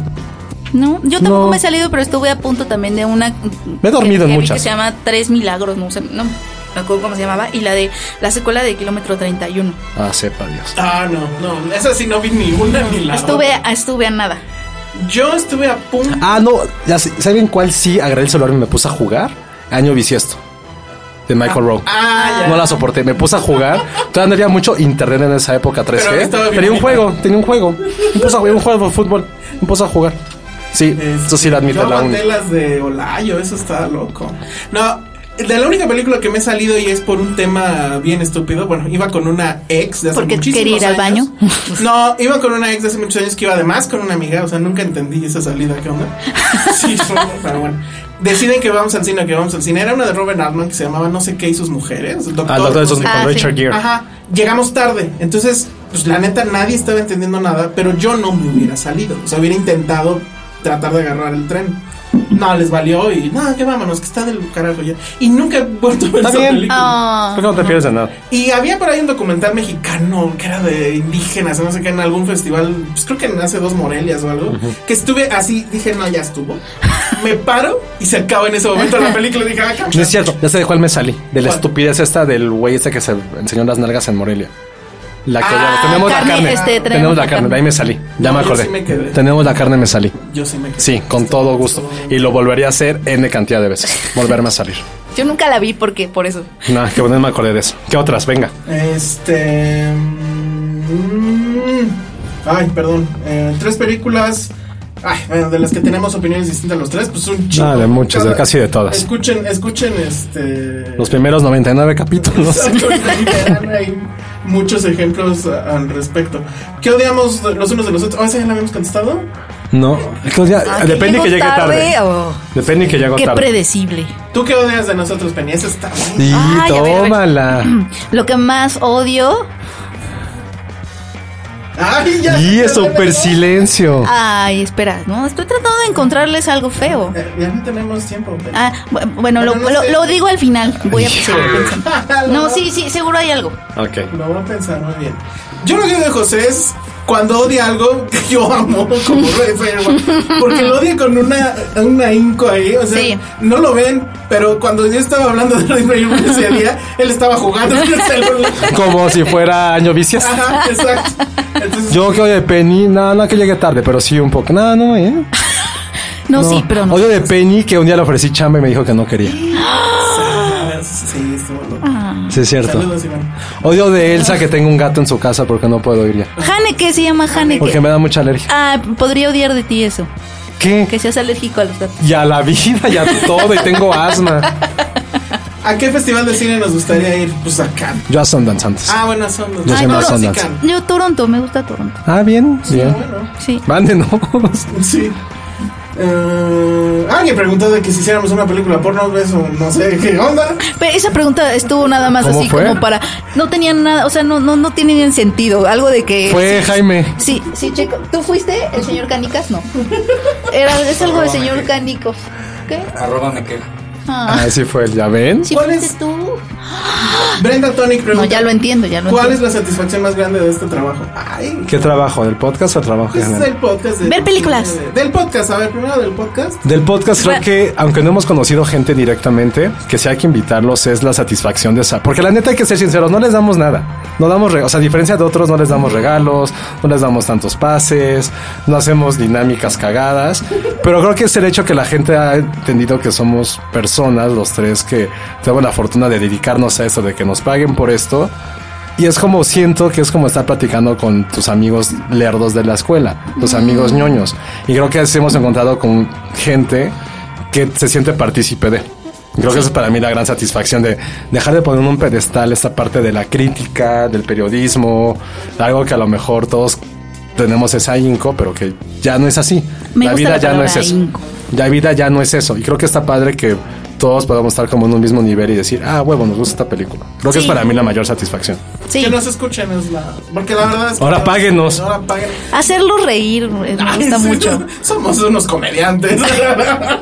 No, yo tampoco
No.
me he salido, pero estuve a punto también de una.
Me he dormido
que- que
en
vi
muchas.
Que se llama Tres Milagros, no sé, no me acuerdo cómo se llamaba. Y la de la secuela de Kilómetro 31.
Ah, sepa Dios.
Ah, no, no, esa sí no vi ni una ni la
Estuve,
otra.
a, estuve a nada.
Yo estuve a punto.
Ah, no. ya sé- ¿Saben cuál sí agarré el celular y me puse a jugar? Año bisiesto. De Michael Rowe.
Ah, ya.
No la soporté, me puse a jugar. Todavía no había mucho internet en esa época 3G.
Pero estaba bien
tenía un
bonita.
juego, tenía un juego. Me puse a jugar un juego de fútbol. Me puse a jugar. Sí, eso sí lo admite
Este, Yo
la
aguanté
uni.
las de Olayo, eso está loco. No, de la única película que me he salido y es por un tema bien estúpido, bueno, iba con una ex de hace
Porque
muchísimos
quería ir al
años.
baño.
No, iba con una ex de hace muchos años que iba además con una amiga, o sea, nunca entendí esa salida, ¿qué onda? Sí, fue- pero bueno. Deciden que vamos al cine, que vamos al cine. Era una de Robert Altman que se llamaba No sé qué y sus mujeres. Doctor,
Al doctor de
no
sus
sé.
con
Ah, sí.
Richard Gere.
Ajá, llegamos tarde. Entonces, pues la neta, nadie estaba entendiendo nada, pero yo no me hubiera salido. O sea, hubiera intentado tratar de agarrar el tren. No, les valió y no, que vámonos, que está del carajo ya. Y nunca he vuelto a ver
Está
esa
bien.
película.
Ah,
¿Por qué Pues no te pierdes de nada?
Y había por ahí un documental mexicano que era de indígenas, no sé qué, en algún festival, pues creo que en hace dos Morelias o algo, que estuve así, dije, no, ya estuvo. Me paro y se acaba en ese momento la película. Dije, ah,
No es cierto, ya sé de cuál me salí. De la
¿Cuál?
estupidez esta del güey este que se enseñó las nalgas en Morelia. La que
Ah,
ya, tenemos
carne,
la carne.
este, traemos
tenemos
la
la carne,
carne.
de ahí me salí. Ya
No,
me
yo
acordé.
sí me quedé.
Tenemos la carne, me salí.
Yo sí me quedé.
Sí, con todo gusto. Y lo volvería a hacer N cantidad de veces. Volverme a salir.
yo nunca la vi porque por eso.
Nada, que bueno, me acordé de eso. ¿Qué otras? Venga.
Este. mm, ay, perdón. Eh, tres películas. Ay, bueno, de las que tenemos opiniones distintas los tres, pues un chingo.
Ah, de muchas, de
Cada-
casi de todas.
Escuchen, escuchen este.
Los primeros 99 capítulos.
Exacto, literal, hay muchos ejemplos a- al respecto. ¿Qué odiamos de- los unos de los otros? Ah, esa ya la habíamos contestado.
No, Claudia,
Ah,
depende
llego
que llegue tarde.
o-
Depende que llegue
Qué
tarde.
predecible.
¿Tú qué odias de nosotros, Penny? Esa está buena.
Sí,
Ay, a ver, a ver.
tómala.
Lo que más odio.
Ay, ya.
Y
ya
es súper
tenemos-
silencio.
Ay, espera, no, estoy tratando de encontrarles algo feo.
Eh, Ya no tenemos tiempo. Penny.
Ah, bu- bueno, lo,
Bueno, no
lo-
sé.
lo digo al final. Voy a seguir pensando.
Lo
No,
voy a
sí, sí, seguro hay algo.
Ok.
Lo voy a pensar muy bien. Yo lo que odio de José es cuando odia algo que yo amo, como Red Firework, porque lo odia con una, una inco ahí. O sea,
Sí.
no lo ven, pero cuando yo estaba hablando de Red Firework ese día, él estaba jugando en el celular.
Como si fuera año vicias.
Ajá, exacto. Entonces,
Yo que odio de Penny, no, no que llegue tarde, pero sí un poco. No, no, eh.
No, Ah, sí, pero no.
Odio de Penny que un día le ofrecí chamba y me dijo que no quería.
ah, Sí, estuvo loco.
Sí, es cierto.
Saludos, Iván.
Odio de Elsa que tengo un gato en su casa porque no puedo ir ya.
Haneke se llama
Porque
Haneke.
me da mucha alergia.
Ah, podría odiar de ti eso.
¿Qué?
Que seas alérgico a los gatos.
Y a la vida y a todo y tengo asma.
¿A qué festival de cine nos gustaría ir? Pues a Cannes.
Yo a son danzantes.
Ah, bueno, son los
Yo soy
Ah,
más
no, sí,
Sundance.
Cannes.
Yo Toronto, me gusta Toronto.
Ah, bien, bien.
Bueno.
Sí.
Mándenos.
Sí. Eh, alguien preguntó de que si hiciéramos una película porno, ¿ves? O no sé qué onda.
Pero esa pregunta estuvo nada más
¿Cómo
así
fue?
como para no tenían nada, o sea, no no no tienen sentido, algo de que
Fue Jaime.
Sí, sí, chico. ¿Tú fuiste el señor Canicas? No. Era es algo de señor Canicos. ¿Qué?
Arroba me queja.
Ah,
Ah, sí fue él, ¿ya ven?
sí
¿Cuál
fuiste
es?
tú.
Brenda Tonic pregunta:
No, ya lo entiendo, ya lo
¿Cuál es
entiendo.
la satisfacción más grande de este trabajo? Ay,
¿Qué trabajo? ¿Del podcast o el trabajo
ese es
general?
el podcast. de-
Ver películas.
de- del podcast, a ver, primero del podcast.
Del podcast creo
Bueno.
que, aunque no hemos conocido gente directamente, que si hay que invitarlos es la satisfacción de esa. Porque la neta hay que ser sinceros, no les damos nada. No damos, re- o sea, a diferencia de otros, no les damos regalos, no les damos tantos pases, no hacemos dinámicas cagadas. Pero creo que es el hecho que la gente ha entendido que somos personas, los tres, que tenemos la fortuna de dedicarnos a esto, de que nos paguen por esto. Y es como siento que es como estar platicando con tus amigos lerdos de la escuela,
Mm.
tus amigos ñoños. Y creo que así hemos encontrado con gente que se siente partícipe de. Creo que esa es para mí la gran satisfacción de dejar de poner en un pedestal esta parte de la crítica, del periodismo, algo que a lo mejor todos tenemos esa ahínco, pero que ya no es así.
Me
la
gusta
vida
la
ya no
palabra
es eso.
ahínco.
La vida ya no es eso. Y creo que está padre que todos podamos estar como en un mismo nivel y decir, ah, huevo, nos gusta esta película. Creo que es
Sí.
para mí la mayor satisfacción.
Sí.
Que nos escuchen es la... Porque la verdad es que...
Ahora páguenos.
Ahora paguen.
Hacerlo reír eh, me gusta
Ay, Ah, sí,
mucho.
Somos unos comediantes.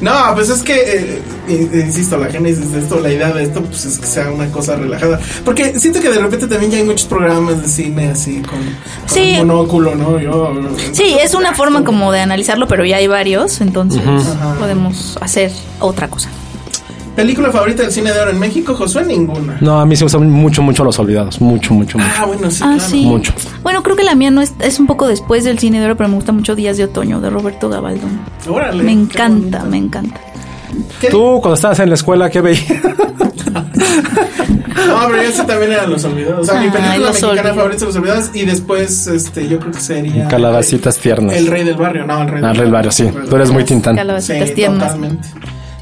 no, pues es que, eh, eh, insisto, la génesis de esto, la idea de esto, pues es que sea una cosa relajada. Porque siento que de repente también ya hay muchos programas de cine así con, con
Sí.
el monóculo, ¿no? Yo,
Sí, es una forma como de analizarlo, pero ya hay varios, entonces
Ajá.
podemos hacer otra cosa.
¿Película favorita del cine de oro en México, Josué? Ninguna.
No, a mí se me gustan mucho, mucho los olvidados. Mucho, mucho, mucho.
Ah, bueno, sí,
Ah,
claro.
sí.
Mucho.
Bueno, creo que la mía no es, es un poco después del cine de oro, pero me gusta mucho Días de Otoño de Roberto Gabaldón.
Órale,
Me
qué
encanta, me encanta.
¿Qué-
Tú, cuando estabas en la escuela, ¿qué veías?
No, pero ese también eran los olvidados. O sea, mi
Ay,
película
Los
mexicana
Olvidados.
favorita es los olvidados. Y después, este, yo creo que sería.
Calabacitas tiernas.
El rey del barrio, no, el rey
Ah, el Rey del Barrio, sí. Tú eres muy tintán.
Calabacitas
Sí,
tiernas.
Totalmente.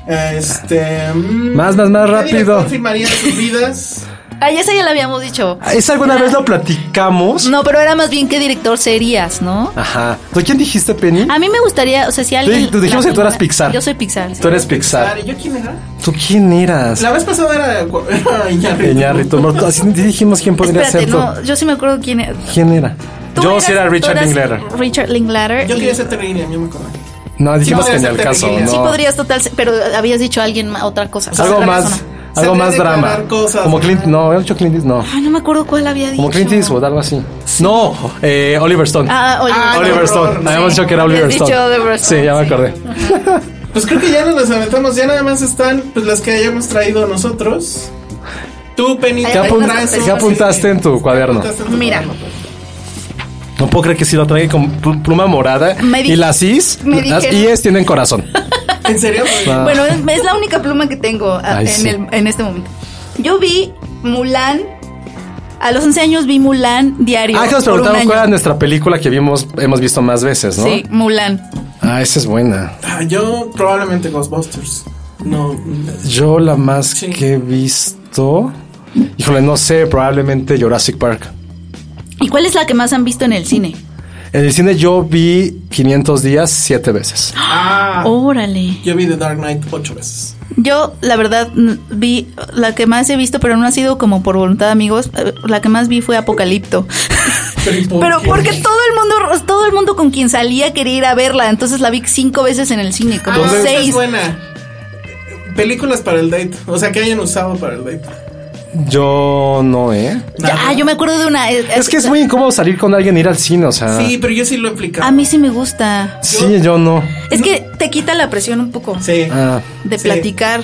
Este. mm,
Más, más, más
¿qué
rápido.
director firmaría sus vidas?
Ah, ya esa ya la habíamos dicho.
¿Eso alguna vez lo platicamos?
No, pero era más bien qué director serías, ¿no?
Ajá. ¿Tú quién dijiste, Penny?
A mí me gustaría, o sea, si alguien.
tú dijimos
la
que tú eras
primera-
Pixar.
Yo soy Pixar. sí.
Tú eres Pixar.
Claro, ¿y yo quién era?
¿Tú quién eras?
La vez pasada era gu- era Iñárritu.
Peñarrito. Así dijimos quién podría
Espérate,
ser tú.
no, yo sí me acuerdo quién era.
¿Quién era?
Tú
Yo
eras-
sí era
tú
Richard
eras
Linklater.
Richard Linklater.
Yo
y-
quería ser Terry Gilliam, yo me acuerdo.
No, dijimos
No,
que ni
era
al
Santa
caso.
Virginia.
Sí
no.
podrías total, pero habías dicho alguien ma- otra cosa. o sea,
Oh. Algo
otra
más,
persona.
algo
Se
más
puede
drama.
aclarar cosas,
Como Clint,
ajá.
no, había dicho Clint Eastwood, no.
Ay, no me acuerdo cuál había dicho.
Como Clint Eastwood, algo así. No, eh, Oliver Stone.
Ah, Oliver,
Ah,
Oliver
no,
Stone.
horror,
Habíamos
sí.
dicho que era Oliver
Habías
Stone.
dicho Oliver Stone,
Sí, ya me
sí.
acordé.
Pues creo que ya nos las aventamos. Ya nada más están pues, las que hayamos traído nosotros. Tú, Penny,
¿Qué
¿Qué,
Ahí
apun-
está,
qué
sí.
apuntaste en tu cuaderno?
apuntaste en tu
Mira,
cuaderno?
No puedo creer que si lo trae con pl- pluma morada
Me di-
y las is,
me
las
dijeron-
is tienen corazón.
¿En serio?
Ah.
Bueno, es, es la única pluma que tengo a-
Ay,
en,
sí.
el- en este momento. Yo vi Mulan. A los 11 años vi Mulan diario.
Ah, que nos
por un
preguntaron
año.
cuál era nuestra película que vimos, hemos visto más veces, ¿no?
Sí, Mulan.
Ah, esa es buena.
Ah, yo probablemente Ghostbusters. No. mm,
Yo la más
Sí.
que he visto. Híjole, no sé, probablemente Jurassic Park.
¿Y cuál es la que más han visto en el cine?
En el cine yo vi 500 días siete veces.
Ah,
Órale.
yo vi The Dark Knight ocho veces.
Yo, la verdad, n- vi la que más he visto, pero no ha sido como por voluntad, amigos. eh, La que más vi fue Apocalipto.
Pero, ¿y por
Pero
qué?
porque todo el mundo, todo el mundo con quien salía quería ir a verla, entonces la vi cinco veces en el cine, como
Ah, esa Es
seis.
buena. Películas para el date. O sea, que hayan usado para el date.
Yo no, ¿eh?
Ya, yo me acuerdo de una. eh,
Es que es
eh,
muy incómodo salir con alguien e ir al cine, o sea.
Sí, pero yo sí lo he aplicado.
A mí sí me gusta.
Sí, yo no.
Es que te quita la presión un poco
Sí.
Ah.
de
Sí.
platicar.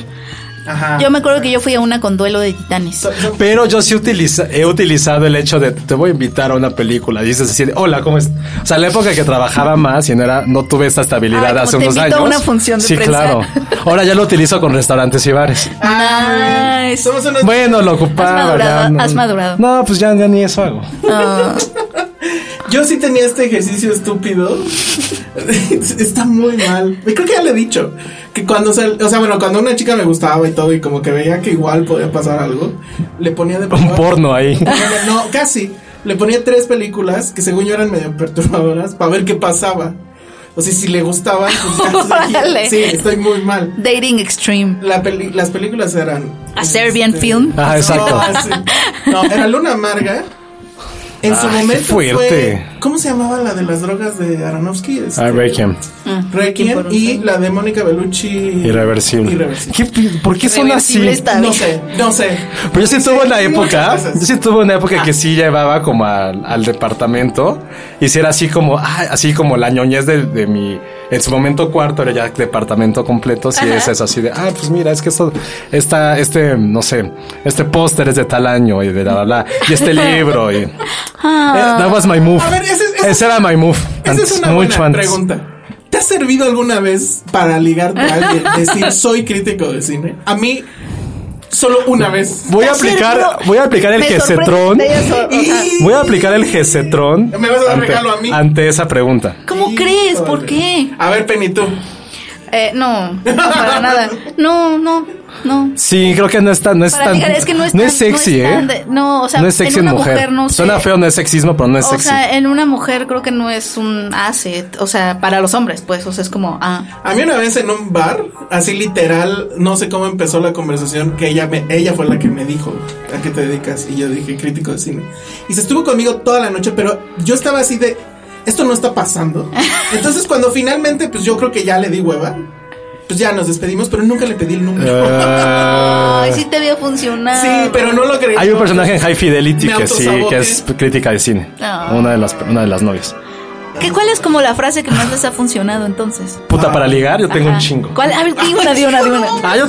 Ajá.
Yo me acuerdo que yo fui a una con duelo de titanes.
So- so-
Pero yo sí utiliza- he utilizado el hecho de te voy a invitar a una película. Y dices así, de, hola, ¿cómo es? O sea, la época que trabajaba más y no era, no tuve esta estabilidad
Ay,
hace
como te
unos
invito
años.
a una función de
sí,
prensa.
claro. Ahora ya lo utilizo con restaurantes y bares.
Nice.
ah, Somos unos.
Bueno, lo ocupaba.
Has madurado,
ya no-
has madurado.
No, pues ya, ya ni eso hago.
Ah,
Yo sí tenía este ejercicio estúpido. Está muy mal. Creo que ya le he dicho. Que cuando sal- o sea, bueno, cuando una chica me gustaba y todo, y como que veía que igual podía pasar algo, le ponía de
Un porno ahí.
Ponía- No, casi. Le ponía tres películas que según yo eran medio perturbadoras para ver qué pasaba. O sea, si le gustaban, pues ya seguía.
Órale.
Sí, estoy muy mal.
Dating Extreme.
La peli- las películas eran.
A Serbian Film.
Ah, exacto.
No, sí. No, era Luna Amarga. En su
Ay, qué
momento.
fuerte.
fue- ¿Cómo se llamaba la de las drogas de Aronofsky? Este,
Ah, Beckham.
Requiem y la de Mónica Bellucci.
Irreversible.
Irreversible.
¿Qué pi- ¿Por qué son así?
Irreversible está
No
bien.
sé, no sé.
Pero yo sí tuve una época,
Muchas
yo
cosas.
sí tuve una época que sí llevaba como al, al departamento y si era así como, ah, así como la ñoñez de, de mi, en su momento cuarto era ya departamento completo, si es eso así de, ah, pues mira, es que esto, esta, este, no sé, este póster es de tal año y de la, la, la, y este libro y... Eh, that was my move.
Ah. A ver, ese- ese-
Ese era my move.
Esa
antes,
es una
mucho
buena
antes.
pregunta. ¿Te ha servido alguna vez para ligarte a alguien decir soy crítico de cine? A mí, solo una vez.
Voy a
Por
aplicar,
cierto,
voy a aplicar el
me sorprende
gesetrón.
eso, o sea,
Voy a aplicar el gesetrón.
Me vas a dar
ante-
regalo a mí.
Ante esa pregunta.
¿Cómo crees? ¿Por qué?
A ver, Penny, tú.
Eh, no, no, para nada. No, no. No.
Sí, creo que no es tan, no es
Para
tan,
ligar, es que no es, tan-
sexy,
no es tan
¿eh?
de- no, o sea,
no es sexy en,
una
mujer.
no sé.
Suena feo, no es sexismo, pero no es
O
sexy.
sea, en una mujer creo que no es un asset, o sea, para los hombres, pues, o sea, es como, ah,
A mí una vez en un bar, así literal, no sé cómo empezó la conversación, que ella, me, ella fue la que me dijo, ¿a qué te dedicas? Y yo dije, crítico de cine. Y se estuvo conmigo toda la noche, pero yo estaba así de, esto no está pasando. Entonces cuando finalmente, pues yo creo que ya le di hueva, pues ya nos despedimos, pero nunca le pedí el número.
Ah,
ay, sí te vio funcionar.
sí, pero no lo creí.
hay un personaje en High Fidelity
Me
que sí,
autosaboteé.
que es crítica de cine.
Ah.
Una, de las, una de las novias.
¿Qué, ¿Cuál es como la frase que más les ha funcionado entonces?
Puta, para ligar yo tengo
Ajá.
un chingo.
Ah. ¿Cuál? A ver, di una, di una, di una.
Ah, yo,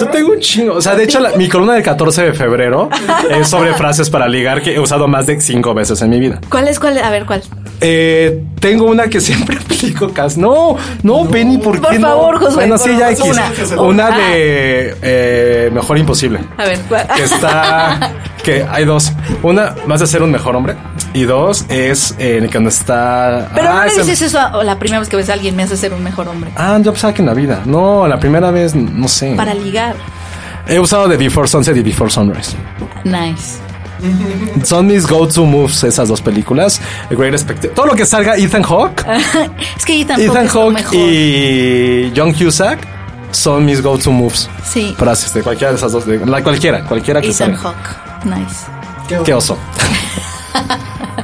yo tengo un chingo. O sea, de hecho, la- mi columna del 14 de febrero es sobre frases para ligar que he usado más de cinco veces en mi vida.
¿Cuál es cuál? A ver, ¿cuál?
Eh, tengo una que siempre aplico, Cas. No, no, Penny, ¿por
Por
qué no?
favor, Josué,
Bueno, sí,
por
ya
favor,
X.
una.
Una, de eh, Mejor Imposible.
Ah. A ver, ¿cuál?
Que está... que hay dos. Una, más de ser un mejor hombre. Y dos, es eh, cuando está...
Pero no
Ah,
le
ese-
dices eso a- o la primera vez que ves a alguien me hace ser un mejor hombre.
Ah, yo pensaba que en la vida. No, la primera vez, no sé.
Para ligar.
He usado de Before Sunset y Before Sunrise.
Nice.
Son mis go-to moves esas dos películas. El Great Spectacle. Todo lo que salga Ethan Hawke.
Es que Ethan, Hawke
Ethan
es lo
Hawke
mejor.
y John Cusack son mis go-to moves.
Sí.
Frases de cualquiera de esas dos. de- la, cualquiera, cualquiera que
Ethan
salga.
Hawke. Nice.
Qué oso.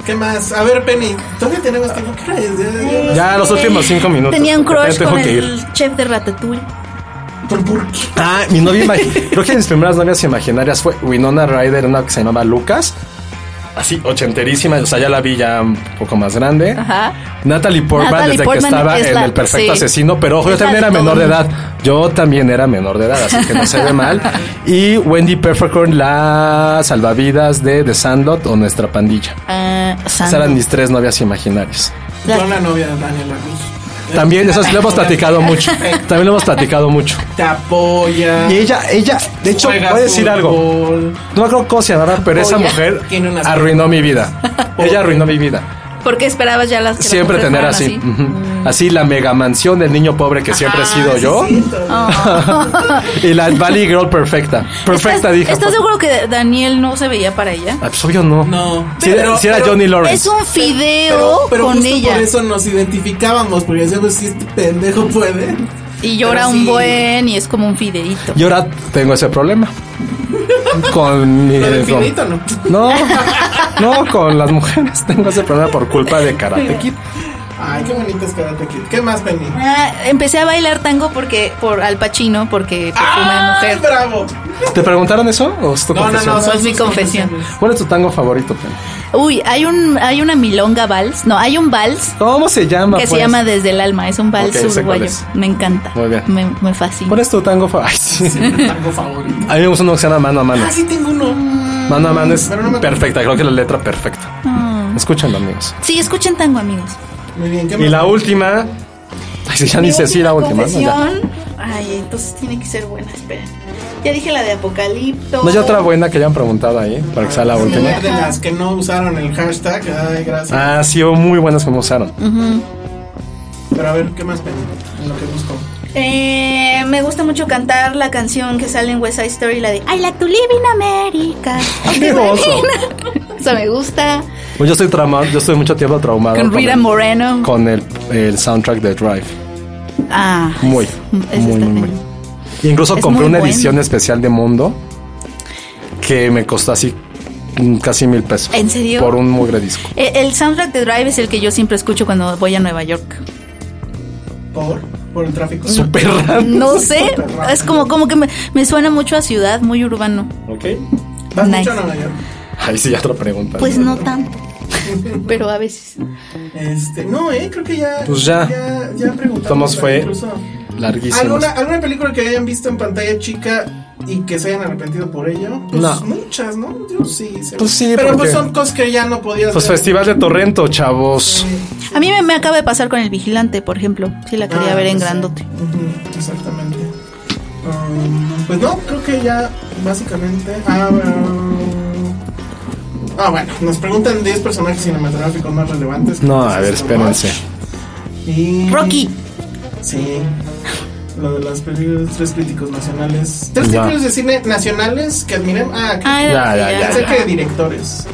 ¿Qué más? A ver, Penny, todavía tenemos tiempo. ¿Qué hora es? Ya- ya-
Ya los últimos cinco minutos.
Tenía un
porque ya
crush
tengo
con
que ir.
el chef de Ratatouille.
¿Por, por qué?
Ah, mi novia imag- Creo que mis primeras novias imaginarias fue Winona Ryder, una que se llamaba Lucas. Así, ochenterísima. O sea, ya la vi ya un poco más grande.
Ajá.
Natalie Portman,
Natalie
desde
Portman
que estaba
es
en
la-
El Perfecto
sí.
Asesino. Pero ojo, yo
Es la
también era
de todo
menor de
mundo.
edad. Yo también era menor de edad, así que no se ve mal. Y Wendy Perfecon, la salvavidas de The Sandlot o Nuestra Pandilla.
Ah,
Esas
Sandra.
eran mis tres novias imaginarias.
Yo la novia de Daniel Agus.
También, esas lo hemos platicado mucho. También lo hemos platicado mucho.
Te apoya.
Y ella, ella, de hecho, voy
juega
a decir algo.
fútbol.
No me acuerdo cómo se llamaba, pero esa
Oye,
mujer
tiene unas-
arruinó mi vida. Ella arruinó mi vida.
Porque esperabas ya las que las
Siempre
mujeres
tener
fueran
así. ujú.
Mm.
Así la mega mansión del niño pobre que siempre he
Ah,
sido yo. y la Valley Girl perfecta. Perfecta,
¿Estás,
dije.
¿Estás seguro que Daniel no se veía para ella?
Ah, pues obvio no.
No.
Si era,
Pero-
si era
pero-
Johnny Lawrence.
Es un fideo
Pero, pero
con
justo
ella.
por eso nos identificábamos, porque decíamos, si este pendejo puede.
Y llora
Pero
un
sí.
buen y es como un fideíto.
Y ahora tengo ese problema. Con mi.
Pero
con-
infinito, ¿no?
No, no, con las mujeres tengo ese problema por culpa de Karate Kid.
Ay, qué bonito es Karate Kid. ¿Qué más, Penny?
Ah, empecé a bailar tango porque por Al Pacino porque perfume
Ah,
de
¡Ay,
mujer.
bravo!
¿Te preguntaron eso? ¿O es tu
No, no,
confesión?
no.
Es mi confesión.
¿Cuál es tu tango favorito? Penny?
Uy, hay un hay una milonga vals, no, hay un vals
¿Cómo se llama?
que se
pues?
llama Desde el alma, es un vals
Ok, sé cuál
uruguayo.
es.
Me encanta.
Muy bien.
Me, me fascina.
¿Cuál es tu tango favorito? Ay, sí.
Tango favorito.
A mí me gusta uno que se llama Mano a Mano.
Ah, sí, tengo uno.
Mano a Mano es
Pero no me-
perfecta, creo que la letra perfecta.
Ah.
Escúchalo, amigos.
Sí, escuchen tango, amigos.
Muy bien, ¿qué más?
Y la última... Ay, Ah, sí, ya ni sé si la última. ¿no? Ya.
confesión. Ay, entonces tiene que ser buena, espera. Ya dije la de Apocalipto.
No hay otra buena que hayan preguntado ahí, para que sea la última.
de las que no usaron el hashtag. Ay, gracias.
Ah, sí, hubo muy buenas que me usaron.
Mm.
Pero a ver, ¿qué más, Penny? En lo que busco.
Eh, me gusta mucho cantar la canción que sale en West Side Story, la de I like to live in America.
¡Qué oso!
O sea, me gusta.
Pues yo estoy traumado, yo estoy mucho tiempo traumado.
Con Rita
el-
Moreno.
Con el, el soundtrack de Drive.
Ah,
Muy,
es-
muy,
está
muy, muy.
bien.
Y incluso
Es
compré
muy
una
bueno.
edición especial de Mundo que me costó así mm, casi mil pesos.
¿En serio?
Por un mugre disco.
Eh, El soundtrack de Drive es el que yo siempre escucho cuando voy a Nueva York.
¿Por? ¿Por el tráfico?
Súper raro.
No sé, es como, como que me, me suena mucho a ciudad, muy urbano.
Ok.
¿Vas
Nice.
mucho a Nueva York?
Ahí sí, ya otra pregunta.
Pues no tanto, pero a veces.
Este, no, eh, creo que ya.
Pues ya.
Ya, ya preguntamos.
Tomás fue
incluso.
Larguísimo.
¿Alguna, ¿Alguna película que hayan visto en pantalla chica y que se hayan arrepentido por ello? Pues
No.
muchas, ¿no? Yo sí. seguro.
Pues sí,
Pero
porque-
pues son cosas que ya no podías
Pues
ver.
Festival de Torrento, chavos.
A mí me, me acaba de pasar con El Vigilante, por ejemplo. Sí, la quería
Ah,
ver en
pues sí.
grandote.
Ujú, exactamente. Um, pues no, creo que ya básicamente. Ah, um, ah, bueno, nos preguntan 10 personajes cinematográficos más relevantes.
No, a ver, espérense.
Entonces, Y...
Rocky.
Sí. Lo de las películas, tres críticos nacionales. Tres
Ya.
críticos de cine nacionales que admiremos. Ah, que,
Ah,
Ya, ya, ya,
pensé
ya.
que directores.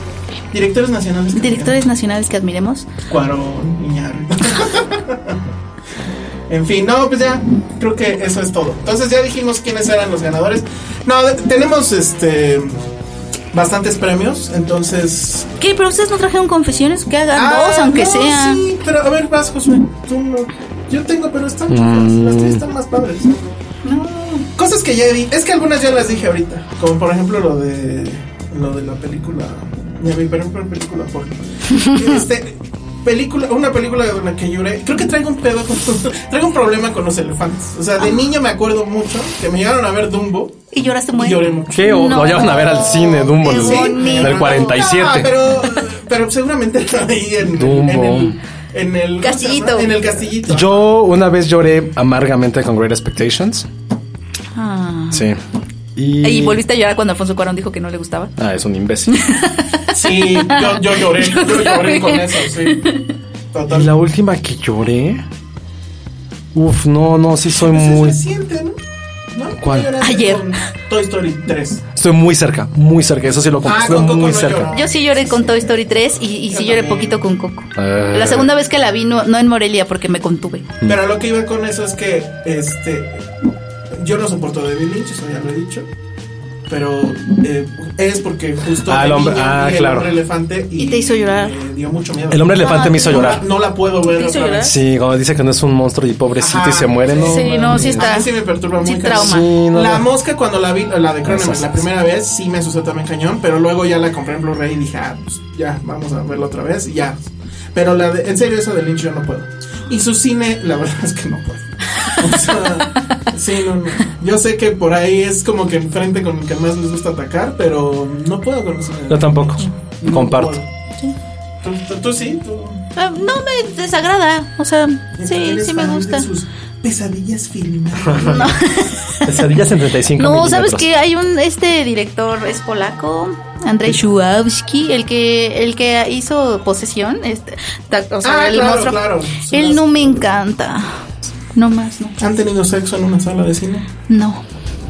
Directores nacionales. que
Directores nacionales que admiremos.
admiremos. Cuarón, Iñárritu. En fin, no, pues ya, creo que eso es todo. Entonces ya dijimos quiénes eran los ganadores. No, de- tenemos este bastantes premios, entonces.
¿Qué? ¿Pero ustedes no trajeron confesiones? Que hagan
Ah,
dos, aunque
no,
sea.
Sí, pero a ver, vas, Josué. Tú no. Yo tengo, pero están chicas. Las tuyas están más padres. No. Cosas que ya vi. Es que algunas ya las dije ahorita. Como por ejemplo lo de. Lo de la película. De mi primera película porno. Este. Película, una película de la que lloré. Creo que traigo un pedo con. traigo un problema con los elefantes. O sea,
Ah.
de niño me acuerdo mucho que me llevaron a ver Dumbo
Y lloraste
y
muy.
lloré mucho.
¿Qué? O
No.
lo llevan a ver al cine, Dumbo,
Qué
en el- en el
bonito.
47.
No, Ah, pero, pero seguramente lo veía en, en el.
Dumbo.
En el
Castillito.
¿cómo se llama? En el castillito.
Yo una vez lloré amargamente con Great Expectations.
Ah.
Sí. Y,
Y volviste a llorar cuando Alfonso Cuarón dijo que no le gustaba.
Ah, es un imbécil.
Sí, yo, yo lloré. Yo lloré con eso, sí.
y
Total.
la última que lloré. Uf, no, no, sí soy
Pues es
muy.
reciente, ¿no? ¿No?
¿Cuál?
Yo lloré
Ayer.
con Toy Story 3.
Estoy muy cerca, muy cerca. Eso sí lo
Ah,
confieso. Estoy
con Coco
muy
no lloró.
cerca.
Yo sí lloré con Toy Story 3 y, y sí lloré
también.
poquito con Coco.
Eh.
La segunda vez que la vi, no, no en Morelia, porque me contuve.
Mm.
Pero a lo que iba con eso es que este yo no soporto a David Lynch, eso ya lo he dicho. Pero eh, es porque justo
Ah, el
de
hombre-
niño
ah,
vi el
claro.
hombre elefante y,
Y te hizo llorar.
me dio mucho miedo.
El hombre elefante me hizo
Ah, no, la-
llorar.
no la puedo ver
¿Te hizo
otra vez.
Sí, cuando dice que no es un monstruo y pobrecito
Ajá.
y se muere, ¿no?
Sí, no, sí
A
está.
mí sí me perturba
Sí,
muy cañón.
trauma.
Sí, no,
la
no.
mosca cuando la vi, la de Cronenberg,
Eso,
la
sí.
primera vez sí me asustó también cañón, pero luego ya la compré en Blu-ray y dije, ah, pues ya, vamos a verla otra vez y ya. Pero la de, en serio, esa de Lynch yo no puedo. Y su cine, la verdad es que no puedo. O sea, sí, no, no. Yo sé que por ahí es como que enfrente con el que más les gusta atacar, pero no puedo con eso.
Yo tampoco.
No
Comparto.
puedo. ¿Tú, tú- tú sí? ¿Tú?
Ah, No me desagrada, o sea, sí,
eres
sí me
fan de
gusta.
sus pesadillas filmadas.
Pesadillas en 35
No, ¿sabes
milímetros.
que Hay un, este director es polaco, Andrzej Schwabski, el que, el que hizo Posesión, este, ta- o sea,
Ah,
el
claro,
monstruo.
claro.
Él no me encanta. No más, no.
¿Han tenido sexo en una sala de cine?
No.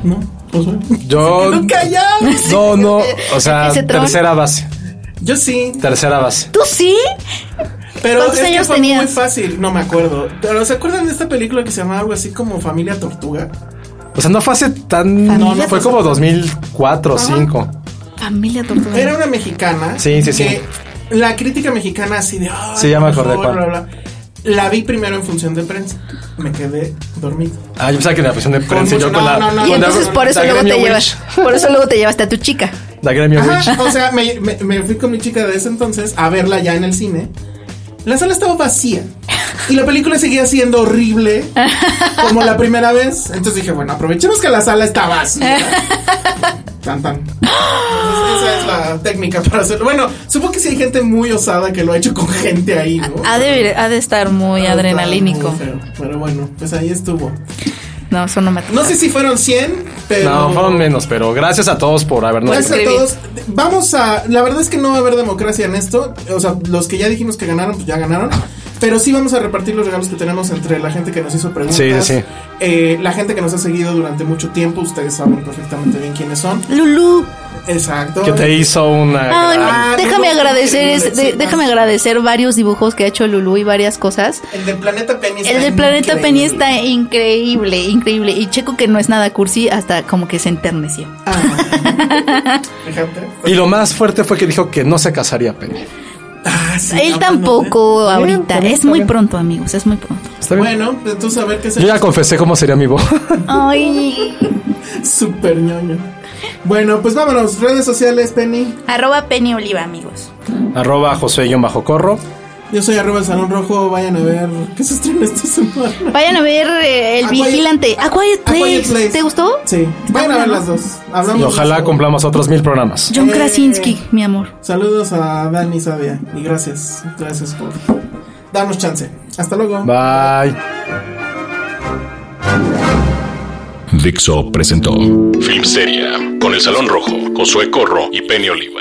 No, pues bueno.
Yo. No, no. O sea,
Ese tron.
tercera base.
Yo sí,
Tercera base.
¿Tú sí?
pero
¿Cuántos
es que
años
fue
tenías?
muy fácil, no me acuerdo. Pero ¿se acuerdan de esta película que se llamaba algo así como Familia Tortuga?
O sea, no fue hace tan.
No,
No,
no
fue
fue
como 2004 o 2005.
Familia tortuga.
Era una mexicana.
Sí, sí, sí.
que La crítica mexicana así de. "Ay,
Sí, ya me
por
acordé
favor,
cuál.
bla, bla". La vi primero en función de prensa. Me quedé dormido.
Ah, yo pensaba que en la presión de prensa.
mucho-
yo con
no,
la.
no, no,
Y
con la-
entonces por eso
la
luego te
Gremio
llevas,
Witch.
por eso luego te llevaste a tu chica.
La Gremio Witch.
Ajá, o sea, me, me- me fui con mi chica de ese entonces a verla ya en el cine. La sala estaba vacía. Y la película seguía siendo horrible como la primera vez. Entonces dije, bueno, aprovechemos que la sala está vacía. Tan, tan. Entonces, esa es la técnica para hacerlo. Bueno, supongo que sí hay gente muy osada que lo ha hecho con gente ahí, ¿no?
Ha de, ha de estar Ah, muy adrenalínico.
Muy feo. Pero bueno, pues ahí estuvo.
No, eso no me
No sé si fueron 100, pero...
No, fueron menos, pero gracias a todos por habernos.
Gracias a
escribir.
todos. Vamos a. La verdad es que no va a haber democracia en esto. O sea, los que ya dijimos que ganaron, pues ya ganaron. Pero sí vamos a repartir los regalos que tenemos entre la gente que nos hizo preguntas.
Sí, sí, sí.
eh, la gente que nos ha seguido durante mucho tiempo. Ustedes saben perfectamente bien quiénes son.
Lulu,
Exacto.
Que te hizo una.
ay,
gran-
Ah,
déjame
Lulu,
agradecer,
qué
es-
lindo,
de-
sí,
déjame
vas.
agradecer varios dibujos que ha hecho Lulu y varias cosas.
El del planeta Penny está
El del planeta
increíble.
Penny está increíble, increíble. Y Checo que no es nada cursi, hasta como que se enterneció.
Ah, fíjate.
Y lo más fuerte fue que dijo que no se casaría, Penny.
Ah, sí,
Él
ah, bueno,
tampoco
bien. Bien,
ahorita.
está bien,
es
está
muy
bien.
pronto, amigos, es muy pronto.
Está bien.
Bueno, pues tú saber qué es
Yo ya confesé cómo sería mi voz.
Ay.
super ñoño. Bueno, pues vámonos. Redes sociales, Penny.
Arroba Penny Oliva, amigos.
Arroba José-Corro.
Yo soy arroba el Salón Rojo, vayan a ver qué se estrena esta semana.
Vayan a ver eh, El
A Quiet-
Vigilante. A Quiet,
A Quiet
Place.
Place.
¿Te gustó?
Sí, vayan a ver
bueno.
las dos. Hablamos
Y ojalá
de-
cumplamos otros mil programas.
John
Eh.
Krasinski, mi amor.
Saludos a Dani Sabia y gracias, gracias por darnos chance. Hasta luego.
Bye.
Dixo presentó Filmsteria con el Salón Rojo, Josué Corro y Penny Oliva.